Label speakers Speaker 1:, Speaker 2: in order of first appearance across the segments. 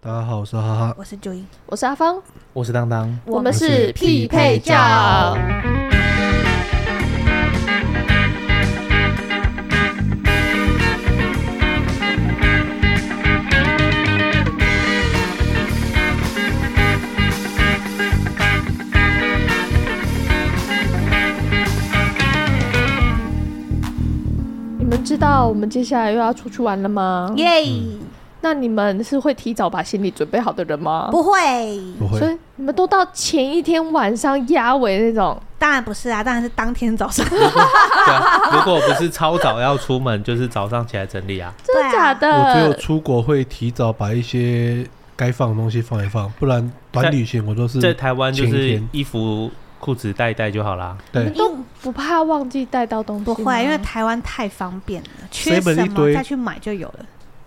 Speaker 1: 大家好，我是哈哈，
Speaker 2: 我是九一，
Speaker 3: 我是阿芳，
Speaker 1: 我是当当。
Speaker 3: 我们
Speaker 1: 是匹
Speaker 3: 是
Speaker 1: 配
Speaker 3: 匹配
Speaker 1: 教
Speaker 3: 教。你们知道我们接下来又要出去玩了吗？
Speaker 2: 耶、
Speaker 3: 那你们是会提早把行李准备好的人吗？
Speaker 2: 不会，
Speaker 1: 不
Speaker 3: 所
Speaker 1: 会，
Speaker 3: 以你们都到前一天晚上压尾那种，
Speaker 2: 当然不是啊，当然是当天早上。
Speaker 4: 对啊，如果不是超早要出门， 就是早上起来整理啊。
Speaker 3: 真的假
Speaker 1: 我只有
Speaker 3: 的？
Speaker 1: 出国会提早把一些该放的东西放一放，不然短旅行我都是
Speaker 4: 在台湾就
Speaker 1: 前一
Speaker 4: 是
Speaker 1: 天
Speaker 4: 衣服、裤子带一带就好啦。
Speaker 1: 对
Speaker 2: 都
Speaker 3: 不怕忘记带到东西
Speaker 2: 不
Speaker 3: 吗？
Speaker 2: 会，因为台湾太方便了，缺
Speaker 1: Seven
Speaker 2: 什
Speaker 1: 一
Speaker 2: 么
Speaker 1: 堆
Speaker 2: 再去买就有了。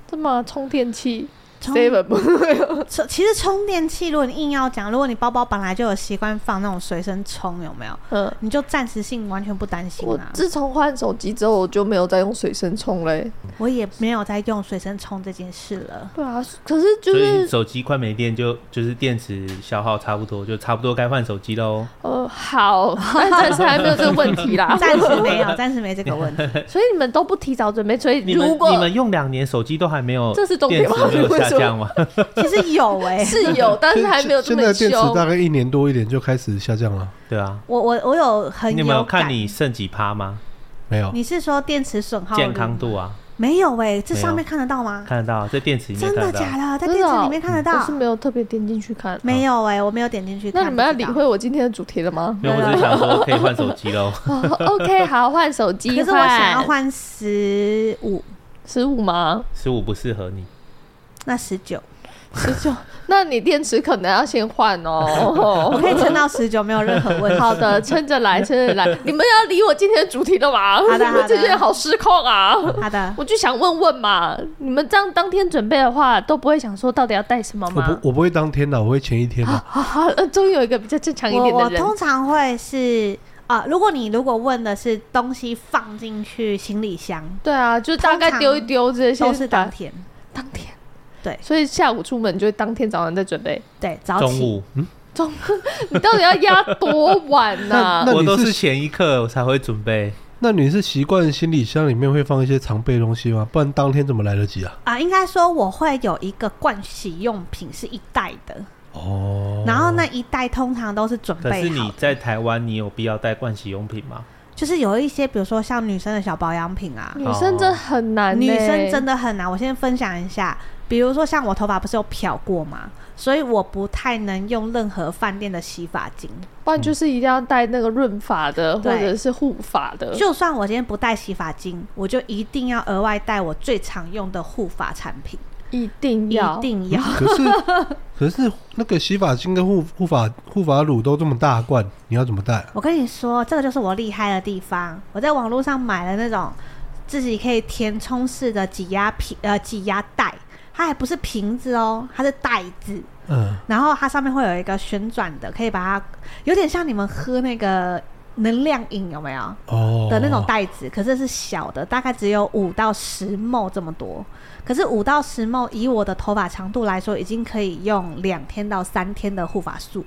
Speaker 3: 这么充电器
Speaker 2: 充
Speaker 3: seven 不会有
Speaker 2: 充其实充电器，如果你硬要讲，如果你包包本来就有习惯放那种随身充，有没有？
Speaker 3: 嗯，
Speaker 2: 你就暂时性完全不担心啊
Speaker 3: 我
Speaker 2: 啦、
Speaker 3: 自从换手机之后，我就没有再用水声充欸嘞、
Speaker 2: 我也没有在用随身充这件事了。。
Speaker 3: 对啊，可是就
Speaker 4: 所以
Speaker 3: 是
Speaker 4: 手机快没电就就是电池消耗差不多，就差不多该换手机喽。
Speaker 3: 呃，好， 但暂时还没有这个问题 啦
Speaker 2: 暂时没有，暂时没这个问题。
Speaker 3: 所以你们都不提早准备，所以
Speaker 4: 你们
Speaker 3: 如果
Speaker 4: 你们用两年手机都还没有，
Speaker 3: 这是重
Speaker 4: 电
Speaker 3: 点吗
Speaker 4: 池没有下降吗？
Speaker 2: 其实有哎、
Speaker 3: 是有，但是还没有这
Speaker 1: 现
Speaker 3: 么
Speaker 1: 在电池大
Speaker 3: 凶。
Speaker 1: 概一年多一点就开始下降了，
Speaker 4: 对啊，
Speaker 2: 我我我有很
Speaker 4: 你们有
Speaker 2: 感。
Speaker 4: 看你剩几趴吗？
Speaker 1: 没有。
Speaker 2: 你是说电池损耗率
Speaker 4: 健康度啊，
Speaker 2: 没有哎、这上
Speaker 4: 没
Speaker 2: 面
Speaker 4: 有
Speaker 2: 看得到吗？
Speaker 4: 看得到，在电池里面
Speaker 2: 真
Speaker 4: 看
Speaker 2: 的
Speaker 4: 得到。啊
Speaker 2: 假的？在
Speaker 3: 真的
Speaker 2: 电池里
Speaker 3: 哦
Speaker 2: 面看得到？
Speaker 3: 我是没有特别点进去看。
Speaker 2: 没有哎、我没有点进去看。
Speaker 3: 那你们要理
Speaker 2: 不知
Speaker 3: 会我今天的主题了吗
Speaker 4: 没有，我只是想说可以换手机喽。
Speaker 3: 哦？OK，好，换手机。
Speaker 2: 道，可是我想要换十五，
Speaker 3: 十五吗？
Speaker 4: 十五不适合你，
Speaker 2: 那十九，
Speaker 3: 十九？ 那你电池可能要先换
Speaker 2: 我
Speaker 3: 哦。
Speaker 2: 可以撑到十九，没有任何问题。
Speaker 3: 好的，撑着来，撑 着来。你们要理我今天的主题了吗？
Speaker 2: 好 的好的
Speaker 3: 这些人好失控啊！
Speaker 2: 好的，
Speaker 3: 我就想问问嘛，你们这样当天准备的话，都不会想说到底要带什么
Speaker 1: 我
Speaker 3: 吗？
Speaker 1: 不，我不会当天的，我会前一天的。
Speaker 3: 啊，呃终于有一个比较正常一
Speaker 2: 我
Speaker 3: 点的
Speaker 2: 我
Speaker 3: 人。
Speaker 2: 通常会是啊、如果你如果问的是东西放进去行李箱，
Speaker 3: 对啊，就大概丢一丢这些，
Speaker 2: 都是当
Speaker 3: 打
Speaker 2: 天，
Speaker 3: 当天。
Speaker 2: 对
Speaker 3: 所以下午出门就会当天早上再准备。
Speaker 2: 对，早
Speaker 4: 中
Speaker 2: 起。
Speaker 4: 午
Speaker 3: 你到底要压多晚呢、
Speaker 1: 那你
Speaker 4: 我
Speaker 1: 是
Speaker 4: 都是前一刻我才会准备。
Speaker 1: 那你是习惯行李箱里面会放一些常备东西吗？不然当天怎么来得及啊？
Speaker 2: 啊，应该说我会有一个盥洗用品是一袋的，
Speaker 1: 哦，
Speaker 2: 然后那一袋通常都是准
Speaker 4: 可是
Speaker 2: 备好
Speaker 4: 你
Speaker 2: 的，
Speaker 4: 在台湾，你有必要带盥洗用品吗？
Speaker 2: 就是有一些比如说像女生的小保养品啊，
Speaker 3: 女生真的很难、
Speaker 2: 哦女生真
Speaker 3: 的，
Speaker 2: 的很难。我先分享一下，比如说像我头发不是有漂过吗？所以我不太能用任何饭店的洗发精，
Speaker 3: 不然就是一定要带那个润发的或
Speaker 2: 对
Speaker 3: 者是护发的。
Speaker 2: 就算我今天不带洗发精，我就一定要额外带我最常用的护发产品，
Speaker 3: 一定
Speaker 2: 一
Speaker 3: 要
Speaker 2: 定 要。
Speaker 1: 可是可是那个洗发精跟护护发护发乳都这么大罐，你要怎么带啊？
Speaker 2: 我跟你说，这个就是我厉害的地方。我在网络上买了那种自己可以填充式的挤压瓶，呃，挤压袋，它还不是瓶子哦，它是袋子。
Speaker 1: 嗯，
Speaker 2: 然后它上面会有一个旋转的，可以把它有点像你们喝那个能量饮有没有
Speaker 1: 哦
Speaker 2: 的那种袋子，可是是小的，大概只有五到十 ml 这么多。可是五到十 ml 以我的头发长度来说，已经可以用两天到三天的护发素。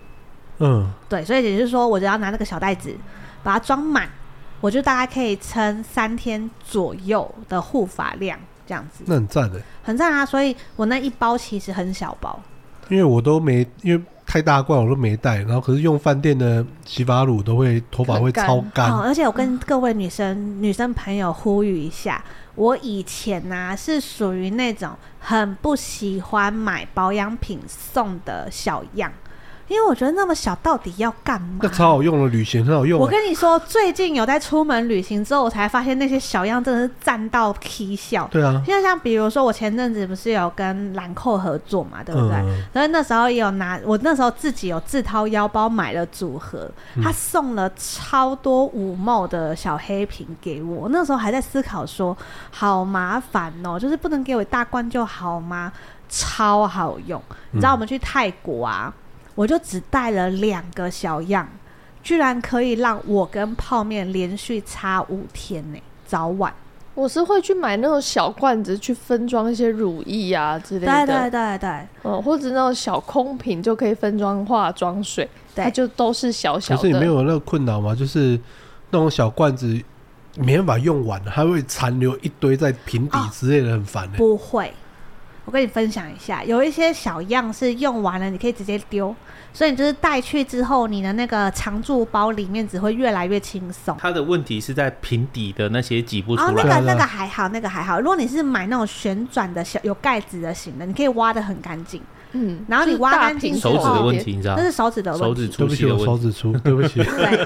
Speaker 1: 嗯，
Speaker 2: 对，所以也就是说，我只要拿那个小袋子把它装满，我就大概可以撑三天左右的护发量，这样子
Speaker 1: 那很赞的，
Speaker 2: 很赞啊！所以我那一包其实很小包。
Speaker 1: 因为我都没因为。太大罐我都没带，然后可是用饭店的洗发乳都会头发会
Speaker 3: 很干
Speaker 1: 超干，
Speaker 2: 好，而且我跟各位女生、女生朋友呼吁一下，我以前呐是属于那种很不喜欢买保养品送的小样，因为我觉得那么小到底要干嘛
Speaker 1: 那？超好用的，旅行很好用、
Speaker 2: 我
Speaker 1: 欸。
Speaker 2: 跟你说，最近有在出门旅行之后，我才发现那些小样真的是赞到 k 笑。
Speaker 1: 对啊，
Speaker 2: 现在像比如说，我前阵子不是有跟兰蔻合作嘛，对不对？
Speaker 1: 嗯，
Speaker 2: 所以那时候也有拿，我那时候自己有自掏腰包买了组合，他送了超多五毛的小黑瓶给我。我那时候还在思考说，好麻烦哦，就是不能给我一大罐就好吗？超好用，你知道我们去泰国啊，我就只带了两个小样，居然可以让我跟泡面连续擦五天呢、早晚。
Speaker 3: 我是会去买那种小罐子去分装一些乳液啊之类
Speaker 2: 对对
Speaker 3: 的，
Speaker 2: 对对
Speaker 3: 嗯，或者那种小空瓶就可以分装化妆水，它
Speaker 2: 对，
Speaker 3: 就都是小小
Speaker 1: 可
Speaker 3: 的。
Speaker 1: 是你没有那个困扰吗？就是那种小罐子没办法用完，它会残留一堆在瓶底
Speaker 2: 哦
Speaker 1: 之类的，很烦的、
Speaker 2: 不会。我跟你分享一下，有一些小样是用完了，你可以直接丢，所以你就是带去之后，你的那个常驻包里面只会越来越轻松。
Speaker 4: 它的问题是在瓶底的那些挤不出
Speaker 2: 哦，那
Speaker 4: 来，
Speaker 2: 个
Speaker 1: 对啊
Speaker 2: 那个还好，那个还好。如果你是买那种旋转的小有盖子的型的，你可以挖的很干净，
Speaker 3: 嗯，
Speaker 2: 然后你
Speaker 3: 就是
Speaker 2: 挖
Speaker 3: 大
Speaker 2: 干
Speaker 3: 瓶
Speaker 2: 净
Speaker 4: 手指的问
Speaker 3: 一点，
Speaker 4: 题，你知道
Speaker 2: 那？是手指的
Speaker 4: 啊手
Speaker 2: 问题。
Speaker 4: 指
Speaker 1: 对
Speaker 4: 粗
Speaker 1: 不
Speaker 4: 细
Speaker 1: 起，
Speaker 4: 的
Speaker 1: 我手
Speaker 4: 问题，
Speaker 1: 指粗，对不起。
Speaker 2: 对，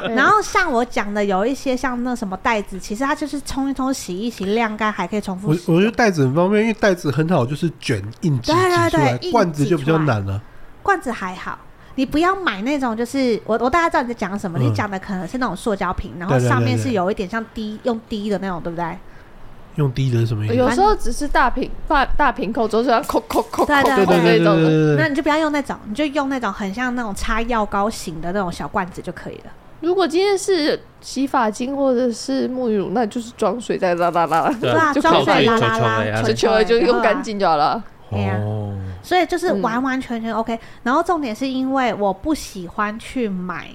Speaker 3: 对
Speaker 2: 然后像我讲的，有一些像那什么袋子，其实它就是冲一冲、洗一洗、晾干，还可以重复
Speaker 1: 我
Speaker 2: 洗。
Speaker 1: 我觉得袋子很方便，因为袋子很好，就是卷硬挤挤出来，
Speaker 2: 对对对
Speaker 1: 罐子就比较
Speaker 2: 硬挤出来
Speaker 1: 难了、
Speaker 2: 罐子还好，你不要买那种就是我我大概知道你在讲什么，
Speaker 1: 嗯
Speaker 2: 你讲的可能是那种塑胶瓶，然后
Speaker 1: 对对对
Speaker 2: 上面
Speaker 1: 对
Speaker 2: 是有一点像滴用滴的那种，对不对？
Speaker 1: 用低的是什么意思？
Speaker 3: 有时候只是大瓶大大瓶口，就是要扣扣扣扣
Speaker 2: 对对
Speaker 1: 对对
Speaker 3: 扣
Speaker 1: 对
Speaker 3: 那
Speaker 1: 对
Speaker 3: 种
Speaker 1: 对
Speaker 3: 的。
Speaker 1: 对
Speaker 2: 那
Speaker 1: 对，
Speaker 2: 你就不要用那种，你就用那种很像那种擦药膏型的那种小罐子就可以了。
Speaker 3: 如果今天是洗发精或者是沐浴乳，那就是装水再拉拉 拉，
Speaker 4: 对
Speaker 2: 啊，
Speaker 3: 就
Speaker 2: 装
Speaker 3: 靠
Speaker 2: 水
Speaker 3: 近
Speaker 2: 啦啦
Speaker 4: 球球
Speaker 2: 啦，
Speaker 4: 而已
Speaker 3: 球球
Speaker 4: 哎
Speaker 3: 就用干。净就好了。
Speaker 2: 那哎呀
Speaker 4: 哦，
Speaker 2: 所以就是完完全全 OK。然后重点是因为我不喜欢去买，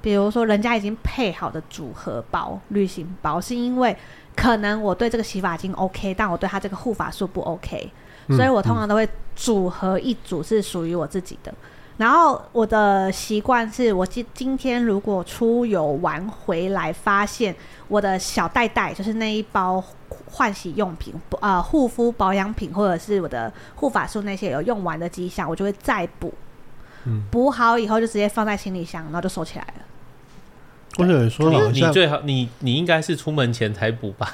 Speaker 2: 比如说人家已经配好的组合包、旅行包，是因为可能我对这个洗发精 OK，但我对它这个护发素不 OK，
Speaker 1: 嗯
Speaker 2: 所以我通常都会组合一组是属于我自己的。然后我的习惯是我今今天如果出游玩回来，发现我的小袋袋就是那一包换洗用品、呃护肤保养品或者是我的护发素那些有用完的迹象，我就会再补。
Speaker 1: 嗯
Speaker 2: 补好以后就直接放在行李箱，然后就收起来了。
Speaker 1: 我有说好
Speaker 4: 你
Speaker 1: 像
Speaker 4: 最好你你应该是出门前才补吧？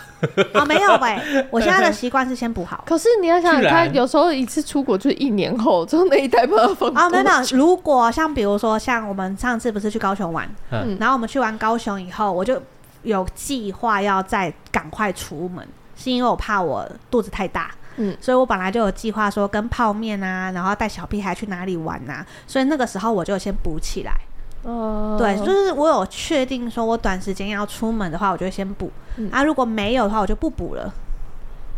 Speaker 2: 啊、没有喂、我现在的习惯是先补好。
Speaker 3: 可是你要想想
Speaker 4: 居
Speaker 3: 看，
Speaker 4: 然
Speaker 3: 有时候一次出国就是一年后，就那一袋不知道放
Speaker 2: 啊，没有没
Speaker 3: 多
Speaker 2: 有
Speaker 3: 久，
Speaker 2: 如果像比如说像我们上次不是去高雄玩，
Speaker 4: 嗯
Speaker 2: 然后我们去完高雄以后，我就有计划要再赶快出门，是因为我怕我肚子太大。
Speaker 3: 嗯
Speaker 2: 所以我本来就有计划说跟泡面啊，然后带小屁孩去哪里玩啊，所以那个时候我就先补起来。
Speaker 3: 哦
Speaker 2: 对，就是我有确定说我短时间要出门的话，我就会先补。
Speaker 3: 嗯
Speaker 2: 啊，如果没有的话，我就不补了。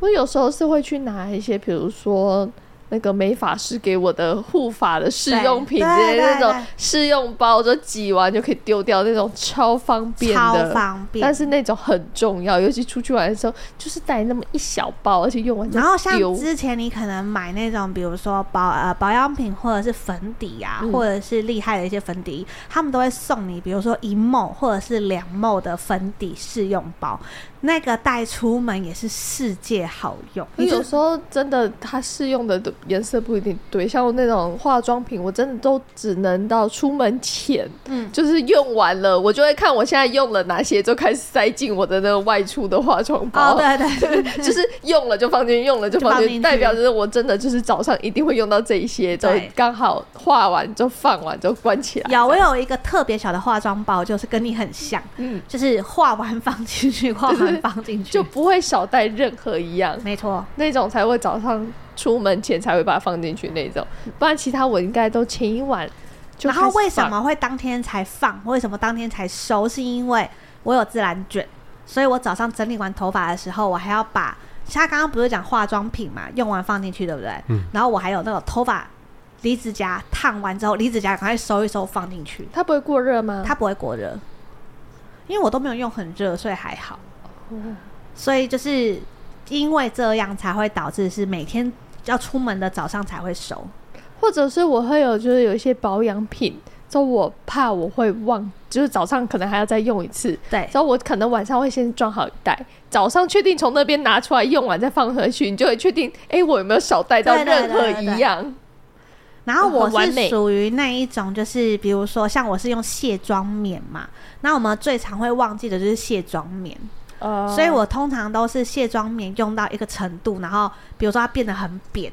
Speaker 3: 我有时候是会去拿一些，比如说那个美发师给我的护发的试用品之类
Speaker 2: 对对
Speaker 3: 的那种
Speaker 2: 对
Speaker 3: 试用包，就挤完就可以丢掉那种超方便
Speaker 2: 超
Speaker 3: 的。
Speaker 2: 方便。
Speaker 3: 但是那种很重要，尤其出去玩的时候，就是带那么一小包，而且用完就
Speaker 2: 然后像
Speaker 3: 丢。
Speaker 2: 之前你可能买那种，比如说保呃保养品或者是粉底啊，
Speaker 3: 嗯
Speaker 2: 或者是厉害的一些粉底，他们都会送你，比如说一梦或者是两梦的粉底试用包，那个带出门也是世界好用。
Speaker 3: 因为有
Speaker 2: 就
Speaker 3: 时候真的，它试用的颜色不一定对，像我那种化妆品，我真的都只能到出门前，
Speaker 2: 嗯
Speaker 3: 就是用完了，我就会看我现在用了哪些，就开始塞进我的那个外出的化妆包。
Speaker 2: 哦，对 对对，
Speaker 3: 就是用了就放进去，用了就
Speaker 2: 就
Speaker 3: 放进
Speaker 2: 放
Speaker 3: 去，
Speaker 2: 进去
Speaker 3: 代表就是我真的就是早上一定会用到这一些，就
Speaker 2: 对
Speaker 3: 刚好画完就放完就关起来。
Speaker 2: 有我有一个特别小的化妆包，就是跟你很像，
Speaker 3: 嗯，
Speaker 2: 就是画完放进去，画完放进去，
Speaker 3: 就不会少带任何一样，
Speaker 2: 没错。
Speaker 3: 那种才会早上出门前才会把它放进去那种，不然其他我应该都前一晚就
Speaker 2: 然后
Speaker 3: 开始
Speaker 2: 为什
Speaker 3: 放
Speaker 2: 么会当天才放？为什么当天才收？是因为我有自然卷，所以我早上整理完头发的时候，我还要把像刚刚不是讲化妆品嘛，用完放进去，对不对？
Speaker 1: 嗯
Speaker 2: 然后我还有那个头发离子夹烫完之后，离子夹赶快收一收放进去，
Speaker 3: 它不会过热吗？
Speaker 2: 它不会过热，因为我都没有用很热，所以还好。
Speaker 3: 哦
Speaker 2: 所以就是因为这样才会导致是每天要出门的早上才会收。
Speaker 3: 或者是我会有就是有一些保养品，就我怕我会忘，就是早上可能还要再用一次，
Speaker 2: 对，
Speaker 3: 然后我可能晚上会先装好一袋，早上确定从那边拿出来用完再放回去，你就会确定，哎、我有没有少带到
Speaker 2: 对对
Speaker 3: 任何
Speaker 2: 对对
Speaker 3: 一样？
Speaker 2: 然后我
Speaker 3: 很完
Speaker 2: 是
Speaker 3: 美
Speaker 2: 属于那一种，就是比如说像我是用卸妆棉嘛，那我们最常会忘记的就是卸妆棉，
Speaker 3: 呃
Speaker 2: 所以我通常都是卸妆棉用到一个程度，然后比如说它变得很扁，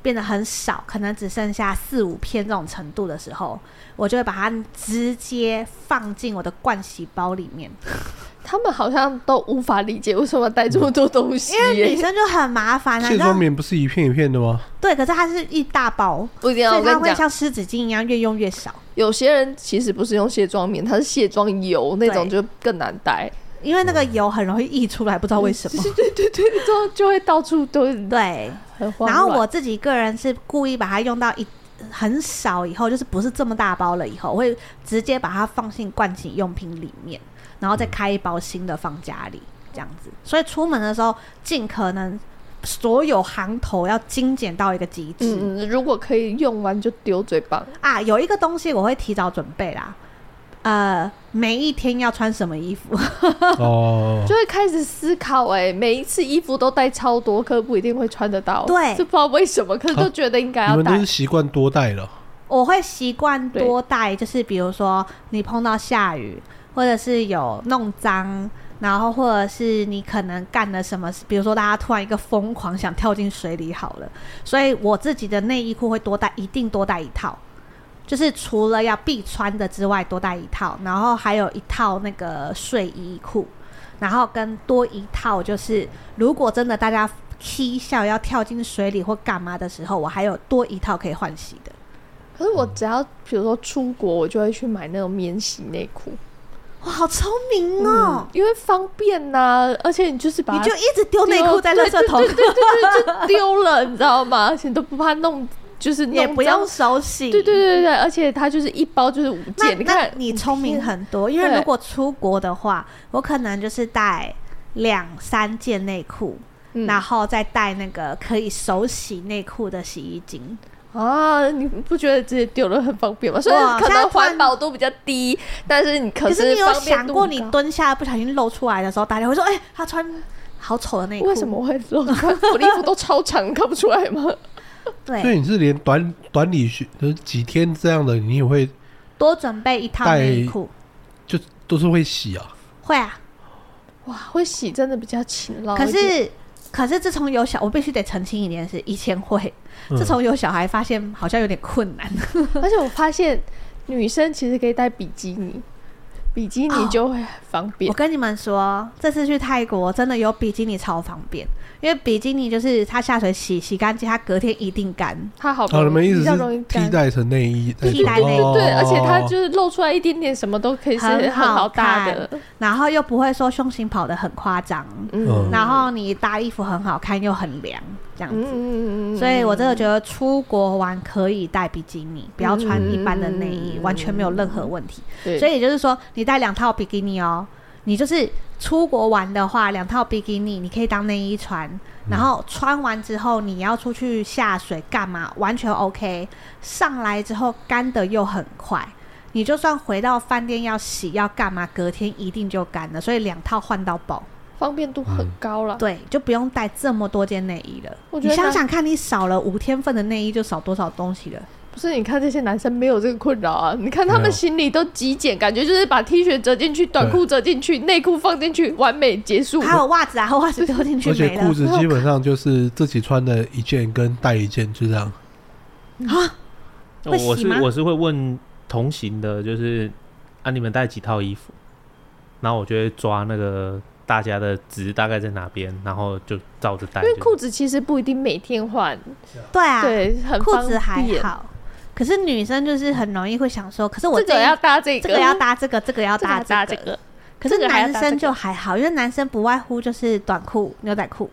Speaker 2: 变得很少，可能只剩下四五片这种程度的时候，我就会把它直接放进我的盥洗包里 面，
Speaker 3: 他们好像都无法理解为什么带这么多东西、
Speaker 2: 因为女
Speaker 3: 欸
Speaker 2: 生就很麻烦啊，你
Speaker 1: 卸
Speaker 2: 知道
Speaker 1: 妆棉不是一片一片的 吗？
Speaker 2: 对，可是它是一大包，
Speaker 3: 不一定要
Speaker 2: 所
Speaker 3: 我
Speaker 2: 以
Speaker 3: 跟
Speaker 2: 它
Speaker 3: 你
Speaker 2: 会
Speaker 3: 讲，
Speaker 2: 像湿纸巾一样越用越少。
Speaker 3: 有些人其实不是用卸妆棉，他是卸妆油那种，
Speaker 2: 对
Speaker 3: 就更难带。
Speaker 2: 因为那个油很容易溢出来，不知道为 什么。
Speaker 3: 对对对，就就会到处都
Speaker 2: 对，
Speaker 3: 很慌
Speaker 2: 然后
Speaker 3: 乱
Speaker 2: 我自己个人是故意把它用到一很少以后，就是不是这么大包了以后，我会直接把它放进盥洗用品里面，然
Speaker 3: 嗯
Speaker 2: 后再开一包新的放家里，这样子。所以出门的时候，尽可能所有行头要精简到一个极致。
Speaker 3: 嗯，哦嗯如果可以用完就丢最棒。
Speaker 2: 啊，有一个东西我会提早准备啦，呃，每一天要穿什么衣服，
Speaker 1: 哦
Speaker 3: 就，会开始思考、哎，每一次衣服都带超多颗，不一定会穿得到。
Speaker 2: 对
Speaker 3: 就不知道为什么，可是就觉得应该
Speaker 1: 你
Speaker 3: 要
Speaker 1: 们都
Speaker 3: 带
Speaker 1: 是。习惯多带了，
Speaker 2: 我会习惯多带，就是比如说你碰到下雨，或者是有弄脏。然后，或者是你可能干了什么事，比如说大家突然一个疯狂想跳进水里好了，所以我自己的内衣裤会多带，一定多带一套，就是除了要必穿的之外，多带一套，然后还有一套那个睡衣裤，然后跟多一套就是，如果真的大家踢笑要跳进水里或干嘛的时候，我还有多一套可以换洗的。
Speaker 3: 可是我只要比如说出国，我就会去买那种免洗内裤，
Speaker 2: 哇，好聪明
Speaker 1: 嗯
Speaker 2: 哦！
Speaker 3: 因为方便呐、而且嗯你就是嗯把
Speaker 2: 你
Speaker 3: 它
Speaker 2: 就一直丢内裤
Speaker 3: 丢
Speaker 2: 在垃
Speaker 3: 对
Speaker 2: 圾桶，
Speaker 3: 就丢了，你知道吗？而且你都不怕弄，就是 弄
Speaker 2: 也不
Speaker 3: 脏
Speaker 2: 用手洗。
Speaker 3: 对对对对，而且它就是一包就是五
Speaker 2: 嗯那
Speaker 3: 件，你
Speaker 2: 那
Speaker 3: 看嗯
Speaker 2: 你聪明很多，因为
Speaker 3: 对
Speaker 2: 如果出国的话，我可能就是带两三件内裤，
Speaker 3: 嗯
Speaker 2: 然后再带那个可以手洗内裤的洗衣精。
Speaker 3: 啊，你不觉得直接丢了很方便吗？虽然
Speaker 2: 哇
Speaker 3: 可
Speaker 2: 现在
Speaker 3: 能
Speaker 2: 突然
Speaker 3: 环保度比较低，但是你可
Speaker 2: 可是你有
Speaker 3: 方便
Speaker 2: 想
Speaker 3: 度
Speaker 2: 过，你
Speaker 3: 高
Speaker 2: 蹲下不小心露出来的时候，大家会说：“哎、他穿好丑的内裤。”
Speaker 3: 为什？么会露出来？我的衣服都超长， 你看不出来 吗？
Speaker 1: 所
Speaker 2: 对，
Speaker 1: 以你是连短短礼学就是几天这样的，你也会
Speaker 2: 多准备一套
Speaker 1: 带
Speaker 2: 内裤。
Speaker 1: 就都是会洗啊。
Speaker 2: 会啊，
Speaker 3: 哇，会洗真的比较勤劳一
Speaker 2: 可
Speaker 3: 点。
Speaker 2: 是，可是自从有小，我必须得澄清一件事：以前会，
Speaker 1: 嗯
Speaker 2: 自从有小孩，发现好像有点困难。
Speaker 3: 而且我发现女生其实可以带比基尼，比基尼
Speaker 2: 哦
Speaker 3: 就会很方便
Speaker 2: 我。跟你们说，这次去泰国真的有比基尼超方便，因为比基尼就是它下水洗洗干净，它隔天一定干。
Speaker 3: 它好不
Speaker 1: 哦，你
Speaker 3: 容
Speaker 1: 们
Speaker 3: 易
Speaker 1: 意思
Speaker 3: 比较容易
Speaker 1: 是替
Speaker 3: 干。
Speaker 1: 代成内衣再
Speaker 2: 替代
Speaker 1: 穿
Speaker 2: 内衣
Speaker 1: 哦
Speaker 3: 对，而且它就是露出来一点点，什么都可以是
Speaker 2: 很
Speaker 3: 很
Speaker 2: 好
Speaker 3: 好搭
Speaker 2: 看
Speaker 3: 的。
Speaker 2: 然后又不会说胸型跑得很夸张，
Speaker 1: 嗯
Speaker 2: 然后你搭衣服很好看又很凉这样子。
Speaker 3: 嗯
Speaker 2: 所以我真的觉得出国玩可以带比基尼，不要穿一般的内衣，
Speaker 3: 嗯
Speaker 2: 完全没有任何问题。
Speaker 3: 对
Speaker 2: 所以也就是说，你带两套比基尼哦，你就是出国玩的话，两套比基尼你可以当内衣穿，然后穿完之后你要出去下水干嘛，完全 OK。上来之后干的又很快，你就算回到饭店要洗要干嘛，隔天一定就干了，所以两套换到爆，
Speaker 3: 方便度很高了。
Speaker 2: 对，就不用带这么多件内衣了。
Speaker 3: 嗯我觉
Speaker 2: 你
Speaker 3: 得
Speaker 2: 想
Speaker 3: 那
Speaker 2: 想看，你少了五天份的内衣，就少多少东西了？
Speaker 3: 不是，你看这些男生没有这个困扰啊！你看他
Speaker 1: 没有
Speaker 3: 们行李都极简，感觉就是把 T 恤折进去，短裤折进去，内裤放进去，完美结束。
Speaker 2: 还有袜子啊，袜子丢进去
Speaker 1: 而且
Speaker 2: 没
Speaker 1: 裤
Speaker 2: 了
Speaker 1: 子基本上就是自己穿的一件跟带一件，就这样。
Speaker 2: 啊， 会洗
Speaker 4: 我是
Speaker 2: 吗
Speaker 4: 我是会问同行的，就是啊，你们带几套衣服？然后我就会抓那个大家的值大概在哪边，然后就照着带。
Speaker 3: 因为
Speaker 4: 就
Speaker 3: 裤子其实不一定每天换，
Speaker 2: 对啊，
Speaker 3: 对，很
Speaker 2: 裤子还
Speaker 3: 方便。
Speaker 2: 好，可是女生就是很容易会想说，可是我
Speaker 3: 这个
Speaker 2: 一
Speaker 3: 要搭这个，
Speaker 2: 这个要搭这个，这个要
Speaker 3: 这个要
Speaker 2: 搭
Speaker 3: 搭
Speaker 2: 这
Speaker 3: 这
Speaker 2: 个。
Speaker 3: 个，
Speaker 2: 可是
Speaker 3: 这个还要
Speaker 2: 男
Speaker 3: 搭
Speaker 2: 生
Speaker 3: 这
Speaker 2: 就
Speaker 3: 个
Speaker 2: 还好，因为男生不外乎就是短裤、牛仔裤，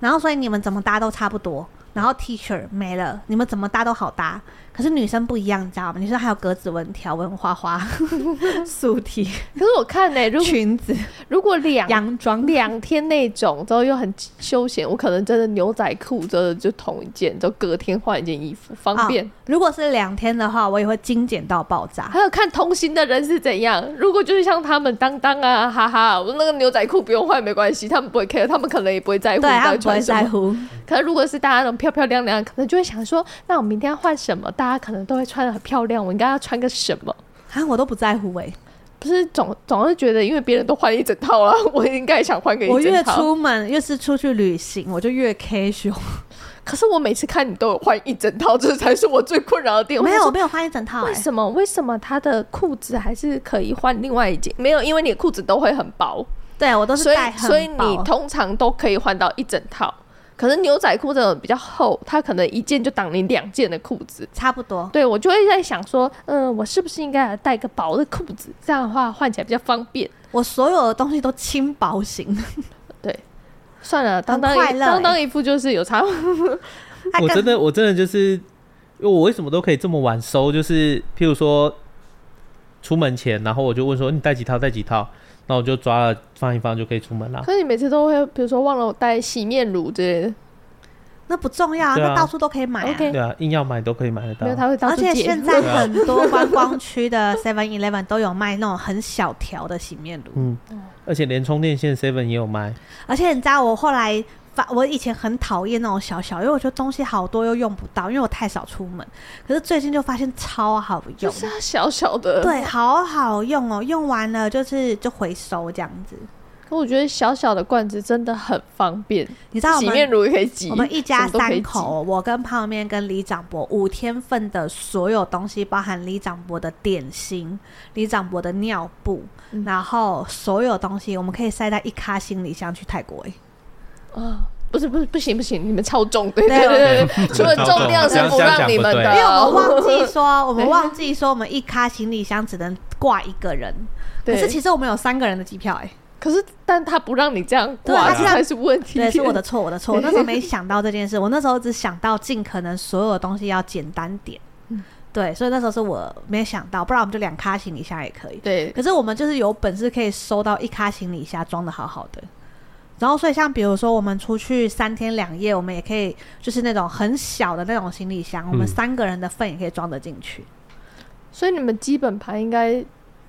Speaker 2: 然后所以你们怎么搭都差不多。然后 T 恤没了，你们怎么搭都好搭。可是女生不一样，你知道吗？女生还有格子纹、条纹、花花、 素体、
Speaker 3: 可是我看呢、欸如果
Speaker 2: 裙子、
Speaker 3: 如果两
Speaker 2: 洋装、
Speaker 3: 两天那种之后又很休闲，我可能真的牛仔裤真的就同一件，就隔天换一件衣服，方便。
Speaker 2: 哦如果是两天的话，我也会精简到爆炸。
Speaker 3: 还有看同行的人是怎样。如果就是像他们当当啊，哈哈，我那个牛仔裤不用换没关系，他们不会 care，他们可能也不会在乎
Speaker 2: 对，
Speaker 3: 你
Speaker 2: 他
Speaker 3: 哎到
Speaker 2: 们
Speaker 3: 底
Speaker 2: 不会
Speaker 3: 穿什
Speaker 2: 在
Speaker 3: 么。
Speaker 2: 乎。
Speaker 3: 可是如果是大家那种漂漂亮亮，可能就会想说，那我明天要换什么？大家可能都会穿的很漂亮，我应该要穿个什么？
Speaker 2: 啊，我都不在乎哎、
Speaker 3: 不是总总是觉得，因为别人都换一整套了， 我应该也想换个
Speaker 2: 我
Speaker 3: 一
Speaker 2: 越
Speaker 3: 整套。
Speaker 2: 出门越是出去旅行，我就越 casual。
Speaker 3: 可是我每次看你都有换一整套，这才是我最困扰的点。
Speaker 2: 没
Speaker 3: 我
Speaker 2: 有，
Speaker 3: 想
Speaker 2: 我
Speaker 3: 说
Speaker 2: 没有换一整套、
Speaker 3: 为
Speaker 2: 欸。
Speaker 3: 什么？为什么他的裤子还是可以换另外一件？没有，因为你的裤子都会很薄，
Speaker 2: 对我都是
Speaker 3: 所以
Speaker 2: 带很
Speaker 3: 所以你
Speaker 2: 薄
Speaker 3: 通常都可以换到一整套。可是牛仔裤这种比较厚，它可能一件就挡你两件的裤子。
Speaker 2: 差不多。
Speaker 3: 对我就会在想说，嗯，我是不是应该带个薄的裤子？这样的话换起来比较方便。
Speaker 2: 我所有的东西都轻薄 型，
Speaker 3: 算了，当当
Speaker 2: 很快乐
Speaker 3: 当当
Speaker 2: 欸
Speaker 3: 一副就是有差，
Speaker 2: 它
Speaker 4: 我
Speaker 2: 跟
Speaker 4: 真的我真的就是，因为我为什么都可以这么晚收，就是譬如说出门前，然后我就问说你带几套带几套，那我就抓了放一放就可以出门啦。
Speaker 3: 可是你每次都会，比如说忘了带洗面乳之类的，
Speaker 2: 那不重要啊，
Speaker 4: 对啊
Speaker 2: 那到处都可以买啊、
Speaker 3: OK
Speaker 4: 对啊，硬要买都可以买得
Speaker 3: 没有
Speaker 4: 到。
Speaker 3: 他会到
Speaker 2: 而
Speaker 3: 处
Speaker 2: 且
Speaker 3: 借。
Speaker 2: 现在
Speaker 4: 啊
Speaker 2: 很多观光区的 Seven Eleven 都有卖那种很小条的洗面乳，
Speaker 4: 嗯，
Speaker 3: 哦
Speaker 4: 而且连充电线 Seven 也有卖，
Speaker 2: 而且你知道我后来发，我以前很讨厌那种小小，因为我觉得东西好多又用不到，因为我太少出门。可是最近就发现超好
Speaker 3: 就
Speaker 2: 用，
Speaker 3: 是它小小的，。
Speaker 2: 对，好好用哦，用完了就是就回收这样子。
Speaker 3: 可我觉得小小的罐子真的很方便，
Speaker 2: 你知道我
Speaker 3: 洗面
Speaker 2: 们
Speaker 3: 乳也可以挤。
Speaker 2: 我们一家
Speaker 3: 什么都可以
Speaker 2: 三
Speaker 3: 挤
Speaker 2: 口，我跟泡面跟李长博五天份的所有东西，包含李长博的点心、李长博的尿布，
Speaker 3: 嗯
Speaker 2: 然后所有东西我们可以塞在一卡行李箱去泰国、欸。
Speaker 3: 啊，不是不是不行不行，你们超重，对
Speaker 2: 对
Speaker 3: 对
Speaker 2: 啊
Speaker 3: 对对，除了重量是不让你们
Speaker 4: 这样讲不对
Speaker 3: 的，
Speaker 4: 啊
Speaker 2: 因为我们忘记说，我们
Speaker 3: 对
Speaker 2: 忘记说，我们一卡行李箱只能挂一个人。可
Speaker 3: 对
Speaker 2: 是其实我们有三个人的机票、欸，哎，
Speaker 3: 可是，但他不让你这样
Speaker 2: 对
Speaker 3: 挂，
Speaker 2: 他
Speaker 3: 这
Speaker 2: 这样
Speaker 3: 才是问题。
Speaker 2: 对，是我的错，我的错。我
Speaker 3: 对
Speaker 2: 那时候没想到这件事，我那时候只想到尽可能所有东西要简单点。
Speaker 3: 嗯
Speaker 2: 对，所以那时候是我没想到，不然我们就两卡行李箱也可以。
Speaker 3: 对，
Speaker 2: 可是我们就是有本事可以收到一卡行李箱装的好好的。然后，所以像比如说我们出去三天两夜，我们也可以就是那种很小的那种行李箱，我们
Speaker 1: 嗯
Speaker 2: 三个人的份也可以装得进去。
Speaker 3: 所以你们基本盘应该，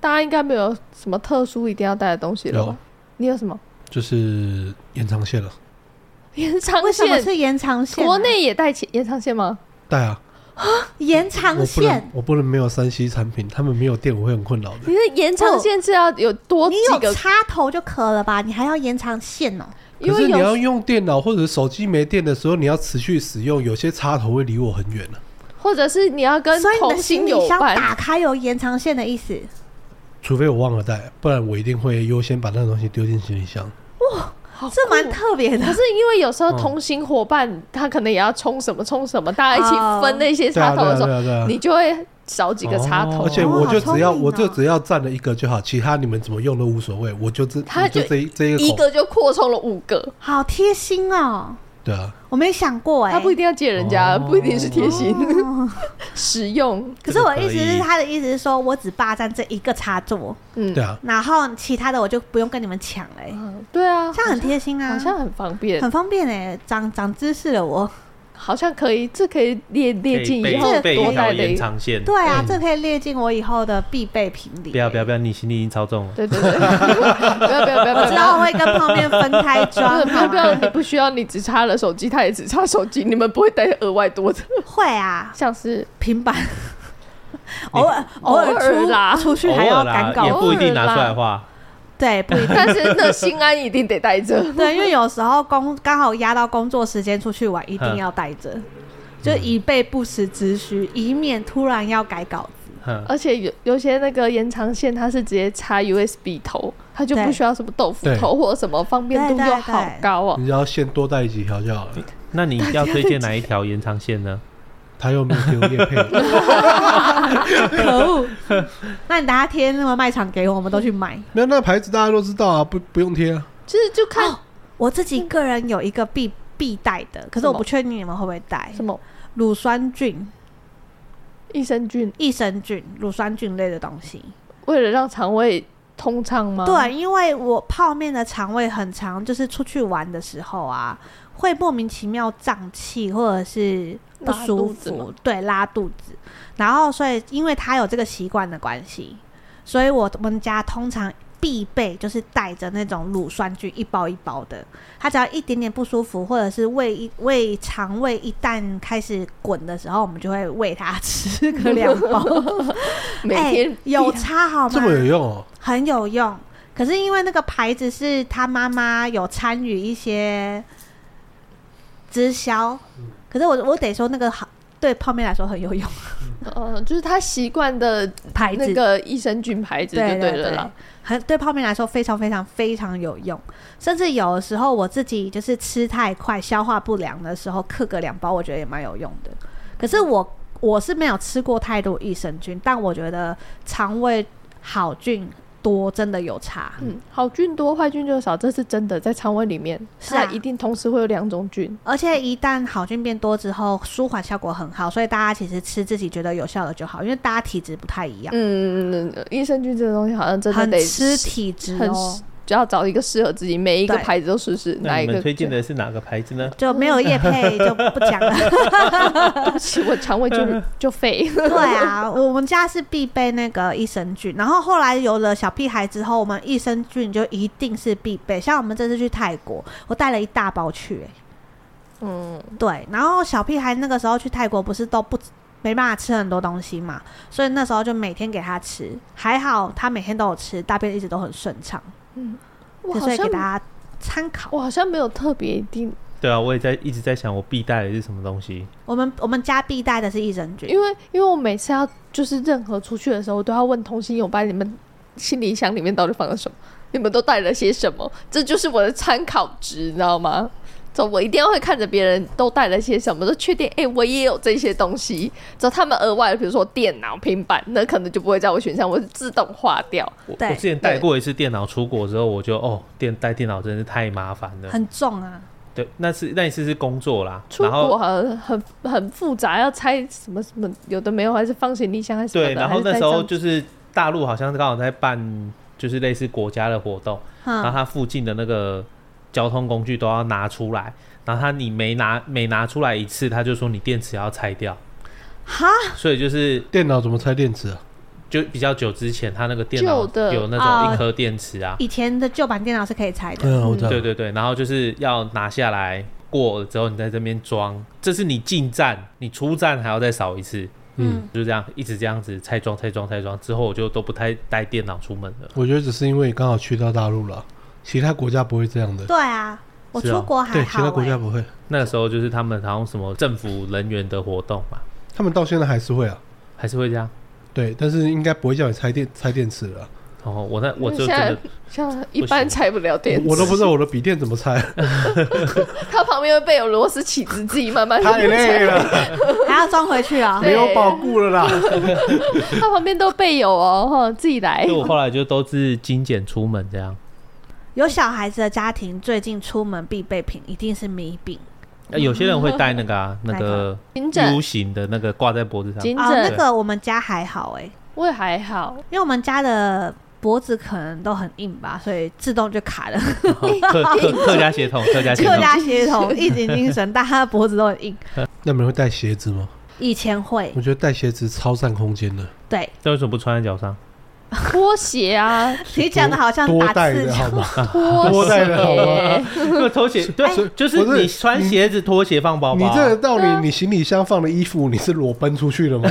Speaker 3: 大家应该没有什么特殊一定要带的东西了
Speaker 1: 有
Speaker 3: 吧？你有什么？
Speaker 1: 就是延长线了，
Speaker 3: 延长
Speaker 2: 为什么
Speaker 3: 线，
Speaker 2: 是延长线啊、
Speaker 3: 国内也带起延长线吗？
Speaker 1: 带啊，
Speaker 2: 延
Speaker 1: 我
Speaker 2: 长
Speaker 1: 不能
Speaker 2: 线，
Speaker 1: 我不能没有三 C 产品，他们没有电我会很困扰的。
Speaker 3: 你的延长线是要有多
Speaker 2: 你
Speaker 3: 几
Speaker 2: 有
Speaker 3: 个？
Speaker 2: 插头就可了吧？你还要延长线哦？
Speaker 3: 因
Speaker 1: 可
Speaker 3: 为
Speaker 1: 是你要
Speaker 3: 有
Speaker 1: 用电脑或者手机没电的时候，你要持续使用，有些插头会离我很远呢、啊
Speaker 3: 或者是你要跟
Speaker 2: 所以你
Speaker 3: 同
Speaker 2: 的
Speaker 3: 心
Speaker 2: 行
Speaker 3: 有
Speaker 2: 李箱
Speaker 3: 伴，
Speaker 2: 打开有延长线的意思。
Speaker 1: 除非我忘了带，不然我一定会优先把那个东西丢进行李箱。
Speaker 3: 好
Speaker 2: 这蛮
Speaker 3: 哦酷
Speaker 2: 特别的
Speaker 3: 可。是因为有时候
Speaker 4: 嗯
Speaker 3: 同行伙伴他可能也要冲什么冲什么，大家一起分那些
Speaker 1: 对
Speaker 3: 插
Speaker 1: 啊，对
Speaker 3: 头的
Speaker 1: 啊，
Speaker 3: 时候，
Speaker 1: 对啊，对啊。
Speaker 3: 你就会少几个插头。
Speaker 4: 哦
Speaker 1: 而且
Speaker 2: 哦
Speaker 1: 我
Speaker 2: 好
Speaker 3: 啊
Speaker 1: 就
Speaker 2: 聪
Speaker 1: 只要、
Speaker 2: 明
Speaker 1: 我就
Speaker 2: 哦
Speaker 1: 只要占了一个就好，其他你们怎么用都无所谓，我就这
Speaker 3: 他
Speaker 1: 我就
Speaker 3: 就
Speaker 1: 这一这一
Speaker 3: 一
Speaker 1: 口，
Speaker 3: 个就扩充了五个，
Speaker 2: 好贴心哦，
Speaker 1: 对啊，
Speaker 2: 我没想过哎、
Speaker 3: 他不一定要借人家，
Speaker 4: 哦
Speaker 3: 不一定是贴心，
Speaker 2: 哦
Speaker 3: 实用。
Speaker 2: 可是我意思
Speaker 4: 这个可
Speaker 2: 是，
Speaker 4: 以
Speaker 2: 他的意思是说我只霸占这一个插座，
Speaker 3: 嗯
Speaker 1: 对，啊，
Speaker 2: 然后其他的我就不用跟你们抢嘞、
Speaker 3: 嗯对啊，
Speaker 2: 这样很贴心啊，
Speaker 3: 好像很方便，
Speaker 2: 很方便哎、长长知识了我。
Speaker 3: 好像可以，这可以列列进以后
Speaker 2: 这个
Speaker 4: 备
Speaker 3: 多
Speaker 4: 一条
Speaker 3: 带的
Speaker 4: 延
Speaker 3: 一。
Speaker 4: 长线。
Speaker 2: 对啊，
Speaker 1: 嗯
Speaker 2: 这可以列进我以后的必备品里、
Speaker 4: 不要不要不要，你行李已经超重了。
Speaker 3: 对对对，不要不要不要
Speaker 2: 我
Speaker 3: 不
Speaker 2: 知
Speaker 3: 要。
Speaker 2: 道我会跟泡面分开
Speaker 3: 不
Speaker 2: 装
Speaker 3: 要， 不要不要！
Speaker 2: 好吗
Speaker 3: 你不需要，你只插了手机，他也只插手机，你们不会带额外多的，
Speaker 2: 会啊，
Speaker 3: 像是
Speaker 2: 平板。偶尔偶
Speaker 3: 偶
Speaker 2: 尔
Speaker 3: 尔
Speaker 2: 出
Speaker 3: 啦
Speaker 2: 出去
Speaker 4: 偶
Speaker 2: 还要
Speaker 4: 尔
Speaker 2: 赶
Speaker 4: 啦，也
Speaker 2: 稿，
Speaker 4: 不一定拿出来画。
Speaker 2: 对，不 一定。
Speaker 3: 但是那心安一定得带着。
Speaker 2: 对，因为有时候工刚好压到工作时间出去玩，一定
Speaker 4: 嗯
Speaker 2: 要带着，就以备不时之需，以免突然要改稿子。
Speaker 4: 哼，
Speaker 3: 而且有有些那个延长线，它是直接插 USB 头，它就
Speaker 2: 对
Speaker 3: 不需要什么豆腐头或者什么方便度
Speaker 2: 对对
Speaker 3: 又好高哦、
Speaker 1: 你只要先多带几条就好了。
Speaker 4: 那你要推荐哪一条延长线呢？
Speaker 1: 他又没有给我叶 配，
Speaker 2: 可恶！那你等下贴那个卖场给我，我们都去
Speaker 3: 哦
Speaker 2: 买。
Speaker 1: 没有那牌子大家都知道啊，不不用贴啊。
Speaker 3: 其实就看
Speaker 2: 哦我自己个人有一个必必带的，可是我不确定你们会不会带
Speaker 3: 什么
Speaker 2: 乳酸菌、
Speaker 3: 益生菌，
Speaker 2: 益生菌、乳酸菌类的东西。
Speaker 3: 为了让肠胃通畅吗？
Speaker 2: 对，，啊因为我泡面的肠胃很长，就是出去玩的时候啊，会莫名其妙胀气或者是不
Speaker 3: 拉
Speaker 2: 舒
Speaker 3: 肚子
Speaker 2: 服
Speaker 3: 吗，
Speaker 2: 对，拉肚子。然后，所以因为他有这个习惯的关系，所以我们家通常必备就是带着那种乳酸菌一包一包的。他只要一点点不舒服，或者是胃一胃肠胃一旦开始滚的时候，我们就会喂他 吃个两包。
Speaker 3: 每
Speaker 2: 哎
Speaker 3: 天、
Speaker 2: 有差好吗？
Speaker 1: 这么有用哦、
Speaker 2: 很有用。可是因为那个牌子是他妈妈有参与一些直销，
Speaker 3: 嗯
Speaker 2: 可是我我得说那个好对泡面来说很有 用
Speaker 3: 呃，就是他习惯的
Speaker 2: 牌子，
Speaker 3: 那个益生菌牌子就
Speaker 2: 对
Speaker 3: 了啦。
Speaker 2: 很对泡面来说非常非常非常有用。甚至有的时候我自己就是吃太快、消化不良的时候，嗑个两包，我觉得也蛮有用的。可
Speaker 3: 嗯
Speaker 2: 是我我是没有吃过太多益生菌，但我觉得肠胃好菌多真的有差。
Speaker 3: 嗯，好菌多，坏菌就少，这是真的，在肠胃里面，
Speaker 2: 是啊
Speaker 3: 它一定同时会有两种菌。
Speaker 2: 而且一旦好菌变多之后，舒缓效果很好，所以大家其实吃自己觉得有效的就好，因为大家体质不太一样，
Speaker 3: 嗯嗯嗯嗯，益生菌这个东西好像真的
Speaker 2: 很
Speaker 3: 得
Speaker 2: 吃
Speaker 3: 试
Speaker 2: 体质
Speaker 3: 很
Speaker 2: 哦。
Speaker 3: 就要找一个适合自己，每一个
Speaker 2: 对
Speaker 3: 牌子都试试，哪
Speaker 4: 那
Speaker 3: 一
Speaker 4: 你
Speaker 3: 个
Speaker 4: 们推 荐
Speaker 3: 的？
Speaker 4: 的是哪个牌子呢？
Speaker 2: 就没有叶配就不讲 了。
Speaker 3: 对不起，我肠胃 就就废。
Speaker 2: 对啊，我们家是必备那个益生菌，然后后来有了小屁孩之后，我们益生菌就一定是必备。像我们这次去泰国，我带了一大包去、欸
Speaker 3: 嗯，
Speaker 2: 对，然后小屁孩那个时候去泰国不是都不没办法吃很多东西嘛，所以那时候就每天给他吃，还好他每天都有吃，大便一直都很顺畅，
Speaker 3: 我好
Speaker 2: 所以给
Speaker 3: 像
Speaker 2: 大家参考。
Speaker 3: 我好像没有特别一定，
Speaker 4: 对啊，我也在一直在想，我必带的是什么东西？
Speaker 2: 我们我们家必带的是益生菌，
Speaker 3: 因为因为我每次要就是任何出去的时候，我都要问同行友班你们行李箱里面到底放了什么，你们都带了些什么，这就是我的参考值，你知道吗？这我一定要会看着别人都带了些什么，都确定哎、诶我也有这些东西。之后他们额外的，比如说电脑、平板，那可能就不会在我选项，我是自动划掉。
Speaker 4: 我
Speaker 2: 对
Speaker 4: 我之前带过一次电脑，出国之后我就哦，电带电脑真是太麻烦了。
Speaker 2: 很重啊。
Speaker 4: 对，那次那一次是工作啦，
Speaker 3: 出
Speaker 4: 然
Speaker 3: 国
Speaker 4: 后
Speaker 3: 好像很很复杂，要拆什么什么，有的没有，还是放行李箱还是什么
Speaker 4: 对，
Speaker 3: 的。
Speaker 4: 然后
Speaker 3: 还是
Speaker 4: 那
Speaker 3: 在
Speaker 4: 时候
Speaker 3: 上
Speaker 4: 就是大陆好像刚好在办，就是类似国家的活动，然后
Speaker 2: 嗯，
Speaker 4: 它附近的那个交通工具都要拿出来，然后它你没拿每拿出来一次，他就说你电池要拆掉，
Speaker 2: 哈，
Speaker 4: 所以就是
Speaker 1: 电脑怎么拆电池啊？
Speaker 4: 就比较久之前，他那个电脑
Speaker 3: 旧的
Speaker 4: 有那
Speaker 2: 哦
Speaker 4: 种一颗电池啊，
Speaker 2: 以前的旧版电脑是可以拆的，
Speaker 1: 嗯，我知道。
Speaker 4: 对对对，然后就是要拿下来过了之后，你在这边装，这是你进站，你出站还要再扫一次，
Speaker 1: 嗯，
Speaker 4: 就这样一直这样子拆装拆装拆装，之后我就都不太带电脑出门了。
Speaker 1: 我觉得只是因为刚好去到大陆了，其他国家不会这样的。
Speaker 2: 对啊，我
Speaker 4: 是啊
Speaker 2: 出国还
Speaker 1: 对，其他
Speaker 2: 好、
Speaker 1: 国家
Speaker 2: 欸，
Speaker 1: 不会，
Speaker 4: 那个时候就是他们好像什么政府人员的活动嘛，
Speaker 1: 他们到现在还是会啊。
Speaker 4: 还是会这样。
Speaker 1: 对，但是应该不会叫你拆电拆电池了啊。
Speaker 4: 然后哦我那我
Speaker 3: 嗯
Speaker 4: 就真
Speaker 3: 现在
Speaker 4: 的
Speaker 3: 像一般拆不了电池，
Speaker 1: 我我都不知道我的笔电怎么 拆，
Speaker 3: 它旁边会备有螺丝起子，自己慢慢
Speaker 2: 哎
Speaker 1: 太累了，
Speaker 2: 还要装回去 啊、
Speaker 3: 对
Speaker 1: 没有保固了啦。
Speaker 3: 它旁边都备有哦，哈，自己来
Speaker 4: 所以。我后来就都是精简出门这样。
Speaker 2: 有小孩子的家庭，最近出门必备品一定是米饼
Speaker 4: 那哎有些人会带那个啊，那
Speaker 2: 哪
Speaker 4: 个
Speaker 2: 个
Speaker 3: 颈枕
Speaker 4: U 型的那个挂在脖子上，
Speaker 3: 颈
Speaker 2: 啊、那
Speaker 3: 枕
Speaker 2: 个我们家还好哎、
Speaker 3: 我也还好，
Speaker 2: 因为我们家的脖子可能都很硬吧，所以自动就卡 了。
Speaker 4: 客客客家血统，客家血
Speaker 2: 客
Speaker 4: 统。
Speaker 2: 家协同一井精神，但他的脖子都很硬。
Speaker 1: 那你们会带鞋子吗？
Speaker 2: 以前会
Speaker 1: 我觉得带鞋子超占空间的，
Speaker 2: 对
Speaker 4: 那为什么不穿在脚上？
Speaker 3: 拖鞋啊，
Speaker 2: 你讲的好像
Speaker 1: 多
Speaker 2: 打
Speaker 1: 带
Speaker 2: 字
Speaker 1: 的好吗？
Speaker 4: 啊
Speaker 3: 拖
Speaker 1: 多带的好
Speaker 3: 鞋，
Speaker 4: 因为拖鞋，
Speaker 1: 所
Speaker 4: 对
Speaker 1: 以，
Speaker 4: 就是
Speaker 1: 我是
Speaker 4: 你穿鞋子、拖鞋放包包
Speaker 1: 你
Speaker 4: 啊。
Speaker 1: 这个道理
Speaker 3: 对啊，
Speaker 1: 你行李箱放的衣服，你是裸奔出去的吗？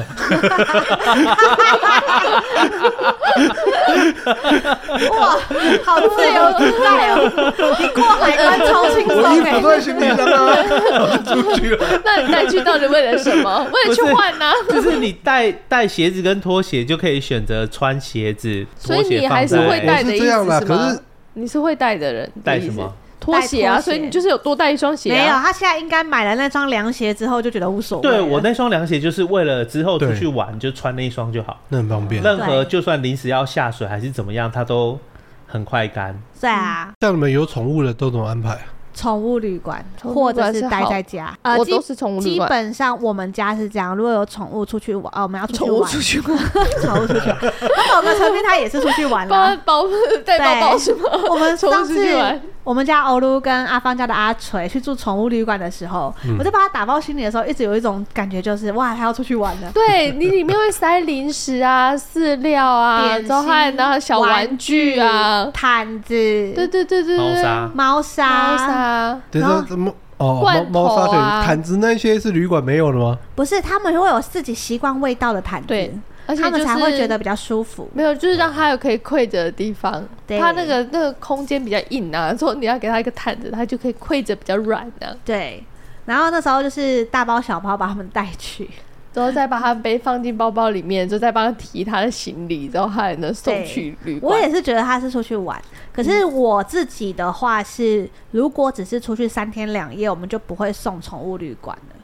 Speaker 2: 哇，好自由自在哦！你过海关超轻松
Speaker 1: 我衣服都在
Speaker 2: 哎，
Speaker 1: 行李箱啊，我就出去了。
Speaker 3: 那你带去到底为了什 么？为了去换啊呢？
Speaker 4: 就是你带带鞋子跟拖鞋就可以选择穿鞋子，
Speaker 3: 所以
Speaker 4: 拖鞋
Speaker 3: 你
Speaker 4: 放
Speaker 3: 还是
Speaker 4: 在哎
Speaker 3: 会带
Speaker 1: 我
Speaker 3: 的
Speaker 1: 是
Speaker 3: 意
Speaker 1: 这样啦
Speaker 3: 思是
Speaker 1: 可
Speaker 3: 吗
Speaker 1: 是？
Speaker 3: 你是会带的人，
Speaker 4: 带什么？？
Speaker 3: 拖鞋啊，
Speaker 2: 带拖鞋
Speaker 3: 所以你就是有多带一双鞋
Speaker 2: 没有，
Speaker 3: 啊。
Speaker 2: 他现在应该买了那双凉鞋之后就觉得无所谓了。
Speaker 4: 对我那双凉鞋就是为了之后出
Speaker 1: 对
Speaker 4: 去玩就穿那一双就好，
Speaker 1: 那很方便。
Speaker 4: 任何
Speaker 2: 对
Speaker 4: 就算临时要下水还是怎么样，它都很快干。
Speaker 2: 对啊，
Speaker 1: 像你们有宠物的都怎么安排？
Speaker 2: 宠物旅馆
Speaker 3: 宠物旅
Speaker 2: 或
Speaker 3: 馆
Speaker 2: 者
Speaker 3: 是
Speaker 2: 是
Speaker 3: 好
Speaker 2: 待在家，呃，
Speaker 3: 我
Speaker 2: 基
Speaker 3: 都是宠物旅
Speaker 2: 基
Speaker 3: 馆，
Speaker 2: 本上我们家是这样，如果有宠物出去玩，哦，我们要出去
Speaker 3: 宠物
Speaker 2: 玩，
Speaker 3: 出去玩，
Speaker 2: 宠物出去玩，那某个层面它也是出去玩
Speaker 3: 包
Speaker 2: 啦。
Speaker 3: 包带包包是吗？
Speaker 2: 我们
Speaker 3: 宠
Speaker 2: 上
Speaker 3: 物出
Speaker 2: 次
Speaker 3: 去玩，
Speaker 2: 我们家欧露跟阿芳家的阿锤去住宠物旅馆的时候，我在把它打包行李的时候，一直有一种感觉，就是哇，它要出去玩了。
Speaker 3: 对 你里面会塞零食啊、饲料啊，
Speaker 2: 点
Speaker 3: 然后还有
Speaker 2: 心
Speaker 3: 然后小玩具啊，
Speaker 2: 毯子，
Speaker 3: 对对对对
Speaker 4: 猫
Speaker 3: 对，
Speaker 4: 砂
Speaker 2: 猫
Speaker 3: 猫
Speaker 2: 砂，
Speaker 3: 砂，
Speaker 1: 等一
Speaker 2: 然
Speaker 1: 下
Speaker 2: 后
Speaker 1: 怎么？哦，猫
Speaker 3: 罐
Speaker 1: 猫砂
Speaker 3: 头啊
Speaker 1: 腿、毯子那些是旅馆没有的吗？
Speaker 2: 不是他们会有自己习惯味道的毯
Speaker 3: 对
Speaker 2: 子，
Speaker 3: 而且
Speaker 2: 他们
Speaker 3: 就是
Speaker 2: 才会觉得比较舒服。
Speaker 3: 没有，就是让它有可以跪着的地方。
Speaker 2: 对
Speaker 3: 它那个那个空间比较硬啊，所以你要给它一个毯子，它就可以跪着比较软啊，
Speaker 2: 对，然后那时候就是大包小包把他们带去，
Speaker 3: 然后再把它背放进包包里面，就再帮它提它的行李，然后还能送
Speaker 2: 对
Speaker 3: 去旅
Speaker 2: 我
Speaker 3: 馆。
Speaker 2: 也是觉得他是出去玩，可是我自己的话是，如果只是出去三天两夜，我们就不会送宠物旅馆了。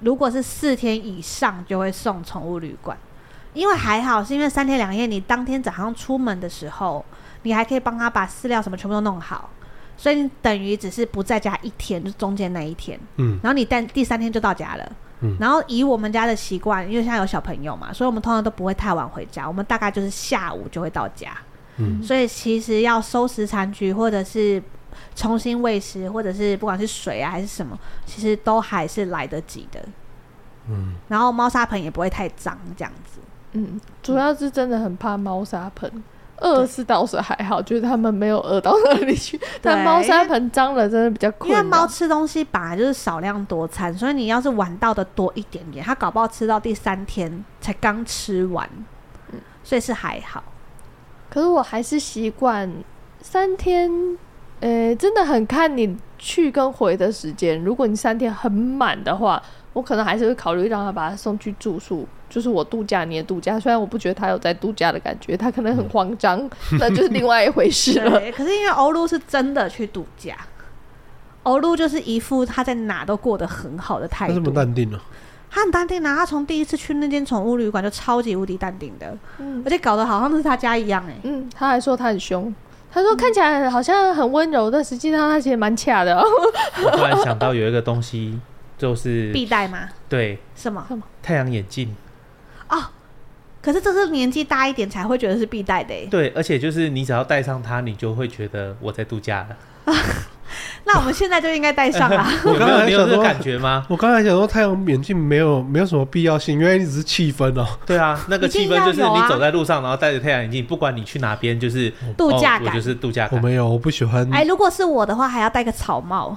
Speaker 2: 如果是四天以上，就会送宠物旅馆，因为还好是因为三天两夜，你当天早上出门的时候，你还可以帮他把饲料什么全部都弄好，所以你等于只是不在家一天，就中间那一天。
Speaker 1: 嗯，
Speaker 2: 然后你但第三天就到家了。
Speaker 1: 嗯
Speaker 2: 然后以我们家的习惯，因为现在有小朋友嘛，所以我们通常都不会太晚回家，我们大概就是下午就会到家。
Speaker 1: 嗯
Speaker 2: 所以其实要收拾残局，或者是重新喂食，或者是不管是水啊还是什么，其实都还是来得及的。
Speaker 1: 嗯，
Speaker 2: 然后猫砂盆也不会太脏，这样子。
Speaker 3: 嗯，主要是真的很怕猫砂盆。饿是倒是还好，就是它们没有饿到那里 去，但猫砂盆脏了真的比较
Speaker 2: 因
Speaker 3: 困
Speaker 2: 为
Speaker 3: 扰。
Speaker 2: 猫吃东西本来就是少量多餐，所以你要是晚到的多一点点，它搞不好吃到第三天才刚吃完，所以是还好。
Speaker 3: 可是我还是习惯三天，呃，真的很看你去跟回的时间。如果你三天很满的话，我可能还是会考虑让他把他送去住宿，就是我度假你也度假。虽然我不觉得他有在度假的感觉，他可能很慌张，那就是另外一回事了。
Speaker 2: 嗯 对，可是因为欧陆是真的去度假，欧陆就是一副他在哪都过得很好的态
Speaker 1: 他这么
Speaker 2: 度。
Speaker 1: 淡定呢、啊
Speaker 2: 他很淡定啊，他从第一次去那间宠物旅馆就超级无敌淡定的，
Speaker 3: 嗯
Speaker 2: 而且搞得好像是他家一样哎、
Speaker 3: 嗯，他还说他很凶。他说看起来好像很温柔，但实际上他其实蛮恰的、哦
Speaker 4: 我突然想到有一个东西，就是
Speaker 2: 必带吗？
Speaker 4: 对
Speaker 2: 什么？
Speaker 4: 太阳眼镜，
Speaker 2: 可是这是年纪大一点才会觉得是必带的、欸。
Speaker 4: 对，而且就是你只要戴上它，你就会觉得我在度假了。
Speaker 2: 那我们现在就应该带上啦。
Speaker 1: 我
Speaker 4: 有
Speaker 1: 刚
Speaker 4: 没
Speaker 1: 刚
Speaker 4: 有
Speaker 1: 还
Speaker 4: 你有
Speaker 1: 想
Speaker 4: 这个
Speaker 1: 说，
Speaker 4: 感觉吗？
Speaker 1: 我刚才想说太阳眼镜没有没有什么必要性，原来你只是气氛哦、
Speaker 4: 对啊，那个
Speaker 2: 一定
Speaker 4: 气氛就是
Speaker 2: 要有啊
Speaker 4: 你走在路上，然后戴着太阳眼镜，不管你去哪边，就是
Speaker 2: 度假
Speaker 4: 哦
Speaker 2: 感
Speaker 4: 我就是度假
Speaker 1: 我
Speaker 4: 感，
Speaker 1: 没有，我不喜欢。
Speaker 2: 哎，如果是我的话，还要戴个草帽。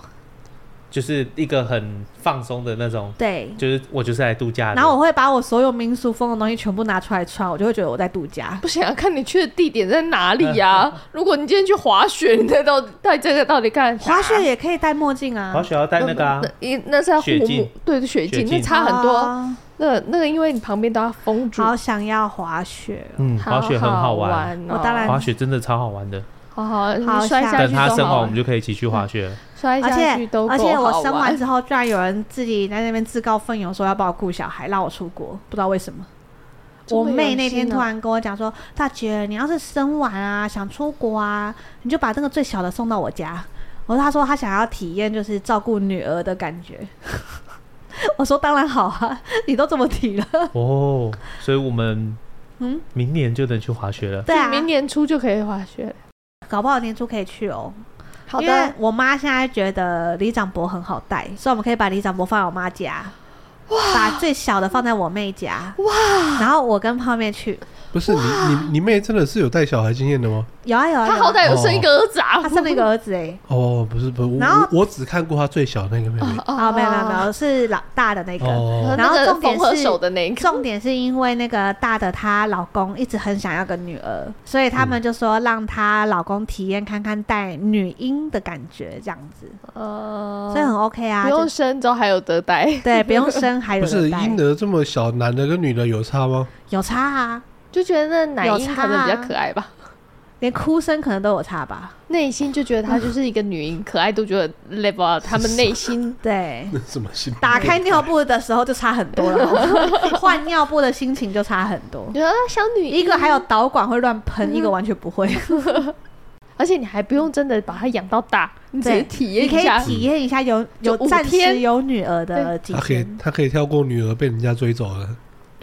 Speaker 4: 就是一个很放松的那种，
Speaker 2: 对。
Speaker 4: 就是我就是来度假的。
Speaker 2: 然后我会把我所有民俗风的东西全部拿出来穿，我就会觉得我在度假。
Speaker 3: 不想要看你去的地点在哪里呀、
Speaker 4: 嗯
Speaker 3: 如果你今天去滑雪，你在到带这个到底干啥？
Speaker 2: 滑雪也可以戴墨镜啊，
Speaker 4: 滑雪要戴那个啊，
Speaker 3: 一那是要护
Speaker 4: 雪
Speaker 3: 目
Speaker 4: 镜，
Speaker 3: 对，雪
Speaker 4: 雪
Speaker 3: 镜，那
Speaker 4: 镜
Speaker 3: 差很多。
Speaker 2: 啊
Speaker 3: 那那个因为你旁边都要封住，
Speaker 2: 好想要滑雪哦，
Speaker 4: 嗯，
Speaker 3: 好
Speaker 4: 滑雪很
Speaker 3: 好
Speaker 4: 好玩，
Speaker 3: 哦
Speaker 2: 我当然
Speaker 4: 滑雪真的超好玩的。
Speaker 3: 好好，你
Speaker 2: 好
Speaker 3: 摔
Speaker 2: 想
Speaker 3: 下
Speaker 4: 等
Speaker 3: 去
Speaker 4: 它
Speaker 3: 都
Speaker 4: 生
Speaker 3: 好
Speaker 4: 完，我
Speaker 3: 玩
Speaker 4: 们，就可以一起去滑雪。
Speaker 3: 摔
Speaker 2: 而
Speaker 3: 下去
Speaker 2: 且
Speaker 3: 都
Speaker 2: 而
Speaker 3: 够
Speaker 2: 且我
Speaker 3: 好
Speaker 2: 生
Speaker 3: 玩
Speaker 2: 完之后，居然有人自己在那边自告奋勇说要帮我顾小孩，让我出国，不知道为什么。
Speaker 3: 这么
Speaker 2: 我妹
Speaker 3: 有
Speaker 2: 那天
Speaker 3: 心哦
Speaker 2: 突然跟我讲说：“大姐，你要是生完啊，想出国啊，你就把这个最小的送到我家。”我说：“她说她想要体验就是照顾女儿的感觉。” 我说：“当然好啊， 你都这么提 了，
Speaker 4: 哦，所以我们
Speaker 2: 嗯
Speaker 4: 明年就能去滑雪了。
Speaker 2: 对啊，
Speaker 3: 明年初就可以滑雪了。
Speaker 2: 搞不好年初可以去哦。
Speaker 3: 好
Speaker 2: 因为
Speaker 3: 的，
Speaker 2: 我妈现在觉得里长伯很好带，所以我们可以把里长伯放在我妈家，把最小的放在我妹家，哇！然后我跟泡面去，
Speaker 1: 不是你你你妹真的是有带小孩经验的吗？
Speaker 2: 有啊有啊，
Speaker 3: 他
Speaker 2: 有啊
Speaker 3: 好歹有生一个儿子啊，
Speaker 2: 她生了一个儿子哎、
Speaker 1: 哦，不是不是，我
Speaker 2: 然后
Speaker 1: 我我只看过她最小那个妹妹。
Speaker 3: 哦
Speaker 2: 啊没有没有没有，是老大的那个。
Speaker 1: 哦，
Speaker 2: 然后
Speaker 3: 那个
Speaker 2: 重点
Speaker 3: 缝合
Speaker 2: 是
Speaker 3: 手的那一个，
Speaker 2: 重点是因为那个大的她老公一直很想要个女儿，所以他们就说让她老公体验看看带女婴的感觉，这样子，
Speaker 3: 呃
Speaker 2: 所以很 OK 啊，
Speaker 3: 不
Speaker 2: 就
Speaker 3: 用生之后还有得带，
Speaker 2: 对，不用生还有
Speaker 1: 不是
Speaker 2: 人带
Speaker 1: 婴儿这么小，男的跟女的有差吗？
Speaker 2: 有差啊，
Speaker 3: 就觉得那奶
Speaker 2: 有
Speaker 3: 婴
Speaker 2: 差
Speaker 3: 可能比较
Speaker 2: 啊
Speaker 3: 可爱吧，
Speaker 2: 连哭声可能都有差吧。
Speaker 3: 内心就觉得她就是一个女婴，可爱度就有 level，up，他们 内心
Speaker 2: 对，
Speaker 1: 那 什么心？
Speaker 2: 打开尿布的时候就差很多 了好吗，换尿布的心情就差很多
Speaker 3: 你。说啊小女婴
Speaker 2: 一个还有导管会乱喷，一个完全不会。
Speaker 3: 而且你还不用真的把它养到大，你只
Speaker 2: 对
Speaker 3: 是体验
Speaker 2: 你
Speaker 3: 一
Speaker 2: 可以
Speaker 3: 下。
Speaker 2: 体验一下有有
Speaker 3: 就五
Speaker 2: 暂时
Speaker 3: 天
Speaker 2: 有女儿的几
Speaker 1: 他可以
Speaker 2: 天，
Speaker 1: 他可以跳过女儿被人家追走的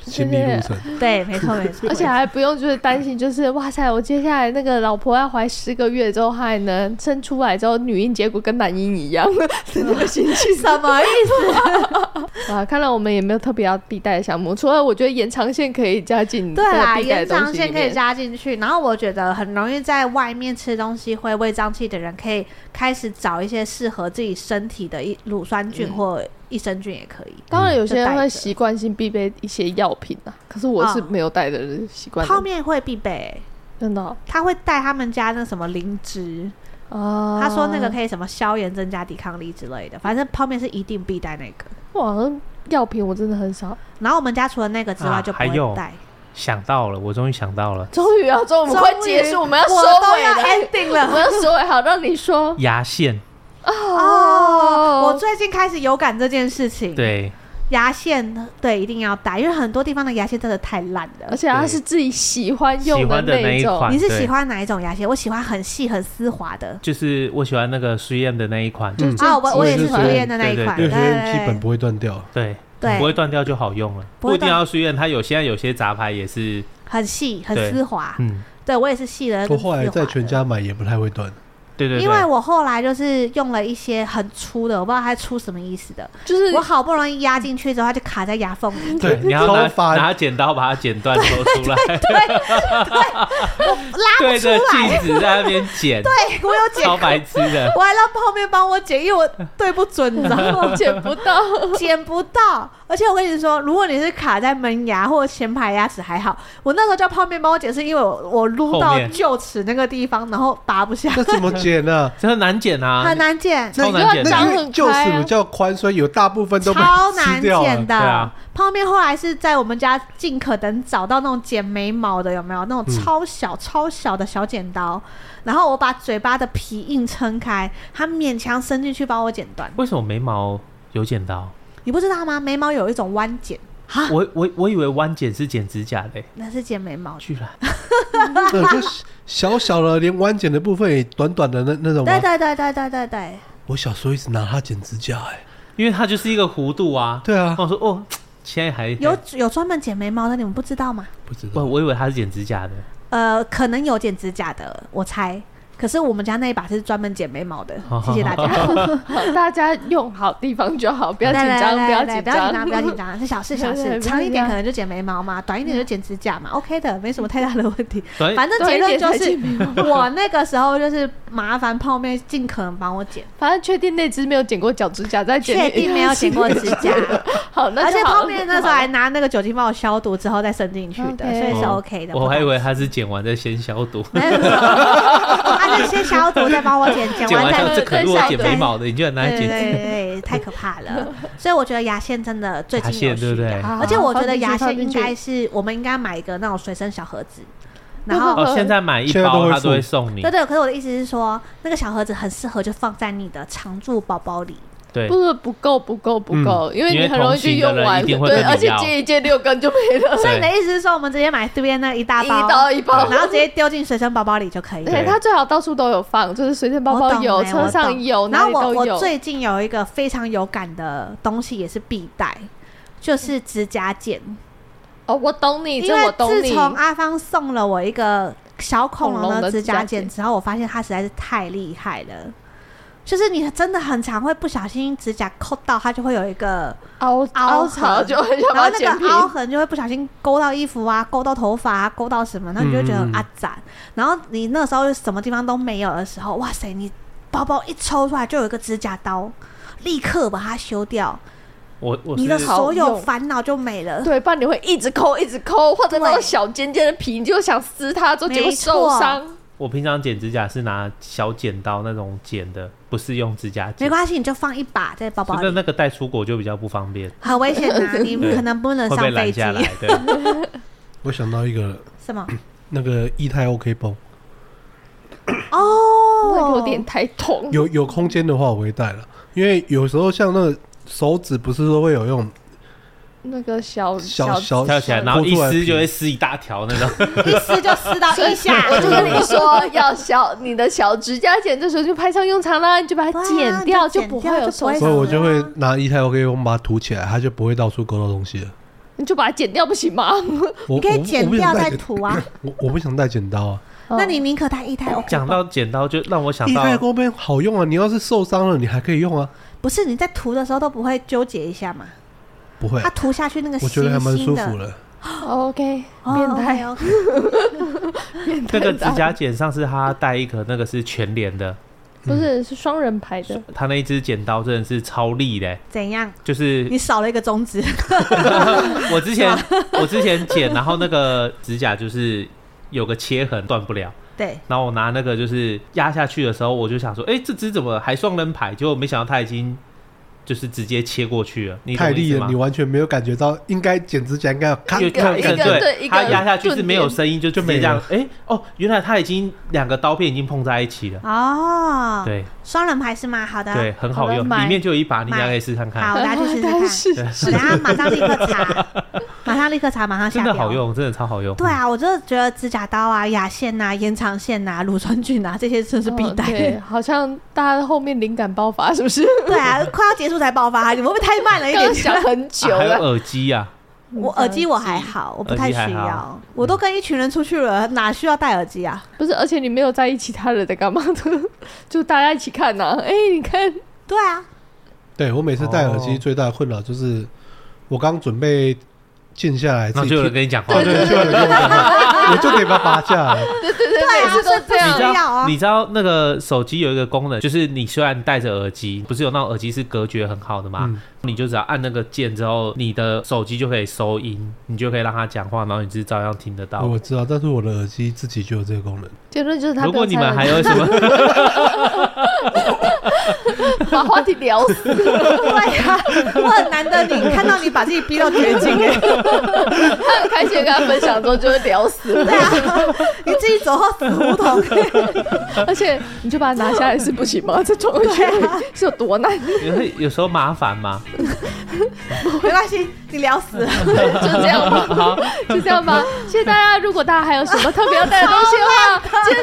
Speaker 1: 亲密路程。
Speaker 2: 对，没错没错。
Speaker 3: 而且还不用就是担心，就是哇塞，我接下来那个老婆要怀十个月之后，她还能生出来之后，女婴结果跟男 婴一样是那个心情
Speaker 2: 什么意思？
Speaker 3: 啊！看来我们也没有特别要必带的项目，除了我觉得延长线可以加进
Speaker 2: 对
Speaker 3: 这个
Speaker 2: 啦，
Speaker 3: 必带
Speaker 2: 啊延
Speaker 3: 的嗯东
Speaker 2: 长
Speaker 3: 西里
Speaker 2: 线可以
Speaker 3: 面。
Speaker 2: 加进去。然后我觉得很容易在外面吃东西会胃胀气的人，可以开始找一些适合自己身体的一乳酸菌
Speaker 3: 嗯
Speaker 2: 或益生菌也可以。
Speaker 3: 当然，有
Speaker 2: 就
Speaker 3: 些
Speaker 2: 带
Speaker 3: 人
Speaker 2: 着
Speaker 3: 会习惯性必备一些药品啊，可是我是
Speaker 2: 哦
Speaker 3: 没有带的人习惯的，
Speaker 2: 泡面会必备欸、
Speaker 3: 真的哦
Speaker 2: 他会带他们家那什么灵芝，
Speaker 3: 啊。
Speaker 2: 他说那
Speaker 4: 哦
Speaker 2: 个可以什么消炎、增加抵抗力之类的，反正泡面是一定必带那个。
Speaker 3: 哇，那药品我真的很少。
Speaker 2: 然后我们家除了那个之外
Speaker 4: 啊
Speaker 2: 就不
Speaker 4: 还有
Speaker 2: 会带。
Speaker 4: 想到了，我终于想到了，
Speaker 3: 终于啊，终于我们快结
Speaker 2: 终于
Speaker 3: 束，我们要收
Speaker 2: 我都
Speaker 3: 尾
Speaker 2: 要
Speaker 3: 了，
Speaker 2: ending
Speaker 3: 我们
Speaker 2: 了
Speaker 3: 要收尾，好，让你 说。
Speaker 4: 牙线。
Speaker 1: 哦
Speaker 2: 哦！我最近开始有感这件事情，，
Speaker 4: 对，
Speaker 2: 牙线对一定要带，因为很多地方的牙线真的太烂
Speaker 3: 而
Speaker 2: 了。
Speaker 3: 且它是自己喜欢用
Speaker 4: 喜欢的
Speaker 3: 那
Speaker 4: 那一
Speaker 3: 种，
Speaker 4: 款
Speaker 2: 你是
Speaker 4: 对
Speaker 2: 喜欢哪一种牙线？我喜欢很细很丝滑的。
Speaker 4: 就是我喜欢那个 3M 的那一款，
Speaker 1: 嗯
Speaker 3: 就
Speaker 2: 啊，我
Speaker 1: 我
Speaker 2: 我
Speaker 1: 也
Speaker 2: 也
Speaker 1: 是
Speaker 2: 是
Speaker 1: 随
Speaker 2: 讨
Speaker 1: 便
Speaker 2: 厌的那一
Speaker 4: 对
Speaker 2: 款，
Speaker 1: 因
Speaker 2: 对
Speaker 1: 为基本
Speaker 2: 对
Speaker 1: 不会断掉，
Speaker 4: 对，
Speaker 2: 对
Speaker 4: 不会断掉就好用了，
Speaker 2: 不
Speaker 4: 不
Speaker 2: 会
Speaker 4: 一定
Speaker 2: 断
Speaker 4: 要 3M，它有现在有些杂牌也是，
Speaker 2: 很细很
Speaker 4: 对
Speaker 2: 丝滑。
Speaker 4: 嗯，
Speaker 2: 对我也是细的。
Speaker 1: 我
Speaker 2: 跟丝
Speaker 1: 后
Speaker 2: 滑
Speaker 1: 来在全
Speaker 2: 的
Speaker 1: 家买也不太会 断，
Speaker 4: 对对
Speaker 2: 因为
Speaker 4: 对，
Speaker 2: 我后来就是用了一些很粗的，我不知道它粗什么意思的，
Speaker 3: 就是
Speaker 2: 我好不容易压进去之后，它就卡在牙缝里。
Speaker 1: 对
Speaker 4: 你要拿
Speaker 1: 超烦
Speaker 4: 拿剪刀把它剪断抽出来，
Speaker 2: 拉
Speaker 4: 对
Speaker 2: 不出
Speaker 4: 着
Speaker 2: 来。
Speaker 4: 镜子在那边剪，
Speaker 2: 对，哎我有剪
Speaker 4: 超
Speaker 2: 过，
Speaker 4: 白痴的，
Speaker 2: 我还让泡面帮我剪，因为我对不准，你知道 吗？
Speaker 3: 捡不到，
Speaker 2: 剪不到。而且我跟你说，如果你是卡在门牙或前排牙齿还好，我那时候叫泡面帮我剪，是因为我我撸
Speaker 4: 后
Speaker 2: 到
Speaker 4: 面
Speaker 2: 臼齿那个地方，然后拔不下，
Speaker 1: 那怎么剪呢？
Speaker 4: 真的难剪啊，
Speaker 2: 很难剪。
Speaker 4: 超
Speaker 3: 你
Speaker 4: 难剪
Speaker 3: 就要
Speaker 4: 的
Speaker 3: 长，
Speaker 1: 因为就是比较宽，所以有大部 分都被
Speaker 2: 啊超
Speaker 1: 吃
Speaker 2: 难
Speaker 1: 掉
Speaker 2: 剪
Speaker 1: 了。
Speaker 2: 的、
Speaker 4: 对啊
Speaker 2: 泡面后来是在我们家尽可能找到那种剪眉毛的，有没有那种
Speaker 1: 嗯
Speaker 2: 超小、超小的小剪刀？然后我把嘴巴的皮硬撑开，它勉强伸进去把我剪断。
Speaker 4: 为什么眉毛有剪刀？
Speaker 2: 你不知道吗？眉毛有一种弯剪，
Speaker 4: 我我我以为弯剪是剪指甲的，
Speaker 2: 那是剪眉 毛的。
Speaker 4: 居然
Speaker 1: 对，就小小的，连弯剪的部分也短短的那那种
Speaker 2: 对
Speaker 1: 吗？
Speaker 2: 对对对对对对，
Speaker 1: 我小时候一直拿它剪指甲，哎，
Speaker 4: 因为它就是一个弧度啊。
Speaker 1: 对啊
Speaker 4: 然，后我说哦，现在还
Speaker 2: 有有专门剪眉毛的，你们不知道吗？
Speaker 1: 不知
Speaker 4: 我
Speaker 1: 道，
Speaker 4: 我以为它是剪指甲的，
Speaker 2: 呃，可能有剪指甲的，我猜。可是我们家那一把是专门剪眉 毛的，谢谢大家。
Speaker 3: 好大家用好地方就好，不要紧张，
Speaker 2: 对对对对对不
Speaker 3: 要
Speaker 2: 要
Speaker 3: 紧
Speaker 2: 张，不要紧张，是小 事小
Speaker 3: 对对
Speaker 2: 事。
Speaker 3: 对
Speaker 2: 长一
Speaker 3: 不
Speaker 2: 点
Speaker 3: 要紧张
Speaker 2: 可能就剪眉毛嘛，短一点就剪指甲嘛，OK 的，没什么太大的问题。
Speaker 4: 所以
Speaker 2: 反正结论就
Speaker 3: 短一点才剪
Speaker 2: 是，我那个时候就是麻烦泡妹尽可能帮我剪，
Speaker 3: 反正确定那只没有剪过脚指甲，再剪
Speaker 2: 确定没有剪过指甲，
Speaker 3: 好，那
Speaker 2: 而且
Speaker 3: 就好
Speaker 2: 泡面那时候还拿那个酒精帮我消毒之后再伸进去的，
Speaker 3: OK
Speaker 2: 所以是 OK 的。
Speaker 4: 哦我还以为它是剪完再先消毒，
Speaker 2: 没有，他是先消毒再帮我剪，剪
Speaker 4: 剪
Speaker 2: 完
Speaker 4: 完
Speaker 2: 再
Speaker 4: 像这可
Speaker 3: 再
Speaker 4: 如果
Speaker 3: 消
Speaker 4: 剪
Speaker 3: 毒
Speaker 4: 眉毛的，你居然拿来
Speaker 2: 对对
Speaker 4: 剪
Speaker 2: 对对，太可怕了。所以我觉得牙线真的最
Speaker 4: 牙
Speaker 2: 近有啊
Speaker 4: 线，
Speaker 2: 需
Speaker 4: 对不
Speaker 2: 要
Speaker 4: 对？
Speaker 3: 好
Speaker 2: 而且我觉
Speaker 3: 啊放
Speaker 2: 得
Speaker 3: 进去
Speaker 2: 牙
Speaker 3: 放
Speaker 2: 线
Speaker 3: 进
Speaker 2: 应
Speaker 3: 去
Speaker 2: 该是我们应该买一个那种随身小盒子，然后
Speaker 3: 对
Speaker 4: 哦，现在买一
Speaker 1: 现在都
Speaker 4: 包
Speaker 1: 会
Speaker 4: 它都会
Speaker 1: 附
Speaker 4: 送你
Speaker 2: 对，对，可是我的意思是说，那个小盒子很适合就放在你的常驻包包里。
Speaker 4: 对
Speaker 3: 不，不不够不够不够，因为
Speaker 4: 嗯因为
Speaker 3: 你很容易就用
Speaker 4: 同行的人
Speaker 3: 完
Speaker 4: 一
Speaker 3: 了，
Speaker 4: 定会
Speaker 3: 对，
Speaker 4: 跟你
Speaker 3: 而且
Speaker 4: 要
Speaker 3: 借一借六根就没 了，
Speaker 2: 所以你的
Speaker 4: 对
Speaker 2: 意思是说，我们直接买这边那一大
Speaker 3: 一
Speaker 2: 包，
Speaker 3: 刀一包。
Speaker 2: 然后直接丢进随身包包里就可以
Speaker 3: 而
Speaker 2: 了。
Speaker 4: 对
Speaker 3: 且它最好到处都有放，就是随身包
Speaker 2: 我
Speaker 3: 包
Speaker 2: 懂
Speaker 3: 有，
Speaker 2: 欸
Speaker 3: 车
Speaker 2: 我
Speaker 3: 上
Speaker 2: 懂
Speaker 3: 有，
Speaker 2: 然
Speaker 3: 哪
Speaker 2: 后
Speaker 3: 里都
Speaker 2: 我
Speaker 3: 有。
Speaker 2: 我最近有一个非常有感的东西，也是必带，就是指甲剪。
Speaker 3: 哦，我懂你，
Speaker 2: 因
Speaker 3: 这我
Speaker 2: 为
Speaker 3: 懂
Speaker 2: 自
Speaker 3: 你。
Speaker 2: 从阿芳送了我一个小恐
Speaker 3: 恐
Speaker 2: 龙
Speaker 3: 龙
Speaker 2: 的
Speaker 3: 的
Speaker 2: 指甲
Speaker 3: 指甲
Speaker 2: 剪
Speaker 3: 剪
Speaker 2: 之后，我发现它实在是太厉害了。就是你真的很常会不小心指甲抠到，它就会有一个，
Speaker 3: 凹
Speaker 2: 凹
Speaker 3: 凹槽
Speaker 2: 痕
Speaker 3: 就很想
Speaker 2: 然后
Speaker 3: 把它
Speaker 2: 那
Speaker 3: 剪
Speaker 2: 个
Speaker 3: 平。
Speaker 2: 凹痕就会不小心勾到衣服啊，勾到头发啊，勾到什么，然后你就会觉得
Speaker 3: 嗯
Speaker 2: 很阿展。然后你那时候什么地方都没有的时候，哇塞，你包包一抽出来就有一个指甲刀，立刻把它修掉，
Speaker 4: 我我
Speaker 2: 你的
Speaker 4: 是
Speaker 3: 好
Speaker 2: 所有
Speaker 3: 用
Speaker 2: 烦恼就没没了。
Speaker 3: 对，不然你会一直抠，一直抠，或者那种
Speaker 2: 对
Speaker 3: 小尖尖的皮，你就想撕它，之后结果
Speaker 2: 没
Speaker 3: 受
Speaker 2: 错
Speaker 3: 伤。
Speaker 4: 我平常剪指甲是拿小剪刀那种剪的，不是用指甲剪
Speaker 2: 没。关系，你就放一把在包包
Speaker 4: 那
Speaker 2: 里。
Speaker 4: 那个带出国就比较不方便，
Speaker 2: 很危险啊！你可能不能
Speaker 4: 会
Speaker 2: 上
Speaker 4: 被
Speaker 2: 飞
Speaker 4: 拦
Speaker 2: 机
Speaker 4: 下。来。对，
Speaker 1: 我想到一个了，
Speaker 2: 什么？
Speaker 1: 那个液态 OK 绷，
Speaker 3: 那
Speaker 2: 哦，
Speaker 3: 有点太痛。
Speaker 1: 有有空间的话我会带了，因为有时候像那个手指不是都会有用
Speaker 3: 那个小
Speaker 1: 小小
Speaker 4: 跳起来，然后一撕就会撕一大条那种。
Speaker 2: 一撕就撕到腋下
Speaker 3: 。我就跟你说，要小你的小指甲剪，这时候就派上用场啦，你就把它
Speaker 2: 对啊
Speaker 3: 剪掉，
Speaker 2: 你就
Speaker 3: 不
Speaker 2: 剪掉
Speaker 3: 会有
Speaker 2: 就不
Speaker 3: 受
Speaker 2: 会
Speaker 3: 伤，
Speaker 1: 所以我就会拿液态 OK 绷把它涂起来，它就不会到处勾到东西了。
Speaker 3: 你就把它剪掉，不行吗？
Speaker 1: 我
Speaker 2: 你可以
Speaker 1: 我
Speaker 2: 剪
Speaker 1: 我不想
Speaker 2: 掉
Speaker 1: 带
Speaker 2: 再
Speaker 1: 剪
Speaker 2: 涂啊。
Speaker 1: 我我不想带剪刀啊，
Speaker 2: 那你宁可带一台 OK
Speaker 4: 讲
Speaker 2: 绷
Speaker 4: 到剪刀，就让我想
Speaker 1: 液
Speaker 4: 到
Speaker 1: 态 OK 绷好用啊，你要是受伤了你还可以用啊，
Speaker 2: 不是你在涂的时候都不会纠结一下嘛？
Speaker 1: 不会
Speaker 2: 它，涂下去那个
Speaker 1: 我觉
Speaker 2: 星
Speaker 1: 得还蛮舒
Speaker 2: 星
Speaker 1: 服
Speaker 2: 的，
Speaker 1: 的。
Speaker 3: 哦 OK
Speaker 2: 哦
Speaker 3: 变态
Speaker 2: OK，OK
Speaker 3: 变态
Speaker 4: 那个
Speaker 3: 的
Speaker 4: 指甲剪，上次他带一颗，那个是全连的，
Speaker 3: 不是是双人牌的，
Speaker 4: 他那一只剪刀真的是超利的、
Speaker 2: 怎样？
Speaker 4: 就是
Speaker 2: 你少了一个中指，
Speaker 4: 我之前我之前剪，然后那个指甲就是有个切痕断不了，
Speaker 2: 对，
Speaker 4: 然后我拿那个就是压下去的时候，我就想说，哎、这只怎么还双人牌？结果没想到它已经就是直接切过去了，你懂
Speaker 1: 太
Speaker 4: 我意
Speaker 1: 力
Speaker 4: 思
Speaker 1: 了，
Speaker 4: 吗
Speaker 1: 你？完全没有感觉到，应该剪指甲应该要咔
Speaker 4: 就
Speaker 3: 一个
Speaker 4: 看
Speaker 3: 一
Speaker 4: 声
Speaker 3: 个对
Speaker 4: 对，
Speaker 3: 一
Speaker 4: 它
Speaker 3: 个
Speaker 4: 压下去
Speaker 3: 顿
Speaker 4: 是没有
Speaker 3: 点
Speaker 4: 声音，就
Speaker 1: 就
Speaker 4: 直接
Speaker 1: 没
Speaker 4: 这样
Speaker 1: 了。
Speaker 4: 哎、哦，原来它已经两个刀片已经碰在一起了。
Speaker 2: 哦，，
Speaker 4: 对
Speaker 2: 双人牌是吗？好的，
Speaker 4: 对，很好
Speaker 3: 好了
Speaker 4: 用，
Speaker 3: 买
Speaker 4: 里面就有一把，你
Speaker 2: 买
Speaker 4: 大概试看
Speaker 2: 好，
Speaker 4: 看，
Speaker 2: 我大家去试试
Speaker 3: 但
Speaker 2: 看。
Speaker 3: 是
Speaker 2: 等下马上立刻查，马上立刻查，马上下
Speaker 4: 真
Speaker 2: 标。
Speaker 4: 的好用，真的超好用。
Speaker 2: 对啊，我真的觉得指甲刀啊、牙线啊、延长线啊、乳酸菌啊，这些真是必
Speaker 3: 哦
Speaker 2: 带。
Speaker 3: 对，好像大家后面灵感爆发，是不是？
Speaker 2: 对啊，快要结束才爆发，你们会不会太慢哎了一
Speaker 3: 刚
Speaker 2: 点
Speaker 3: 刚？想嗯很久
Speaker 4: 啊还有
Speaker 3: 了。
Speaker 4: 耳机呀、
Speaker 2: 我耳机我还好，我不太
Speaker 4: 耳
Speaker 2: 需
Speaker 4: 机还好
Speaker 2: 要。我都跟一群人出去了，哪需要戴耳机啊？
Speaker 3: 不是，而且你没有在意其他人在干嘛的，就大家一起看呐、 哎、你看，
Speaker 2: 对啊，
Speaker 1: 对我每次戴耳机
Speaker 4: 哦
Speaker 1: 最大的困扰就是，我刚准备静下来，
Speaker 4: 然
Speaker 1: 自
Speaker 4: 后
Speaker 1: 己
Speaker 4: 就有
Speaker 1: 听
Speaker 4: 人跟你讲话
Speaker 1: 哦，。对，就有人跟我讲话，我就得把它拔下来。
Speaker 3: 对对对，
Speaker 2: 对啊
Speaker 3: 每次都这
Speaker 4: 你
Speaker 3: 样
Speaker 4: 知
Speaker 2: 这。要
Speaker 4: 道
Speaker 2: 啊
Speaker 4: 你知道那个手机有一个功能，就是你虽然戴着耳机，不是有那种耳机是隔绝很好的嘛，
Speaker 1: 嗯
Speaker 4: 你就只要按那个键之后，你的手机就可以收音，你就可以让它讲话，然后你是照样听得到。
Speaker 1: 我知道，但是我的耳机自己就有这个功能。
Speaker 3: 结论就是他
Speaker 4: 如
Speaker 3: 不要
Speaker 4: 果你们
Speaker 3: 猜
Speaker 4: 还
Speaker 3: 了
Speaker 4: 有什么，
Speaker 3: 把话题聊死，
Speaker 2: 对 啊，我很难得你看到你把自己逼到绝境哎。
Speaker 3: 他很开心地跟他分享之后就会聊死了，
Speaker 2: 对啊，你自己走到死胡同。
Speaker 3: 而且你就把它拿下来是不行 吗？这装回去是有多难？就
Speaker 4: 有会有时候麻烦嘛，
Speaker 2: 没关系，你聊死了。
Speaker 3: 啊 哦这样吧，就这样吧。谢谢大家。如果大家还有什么特别要带的东西的话，记得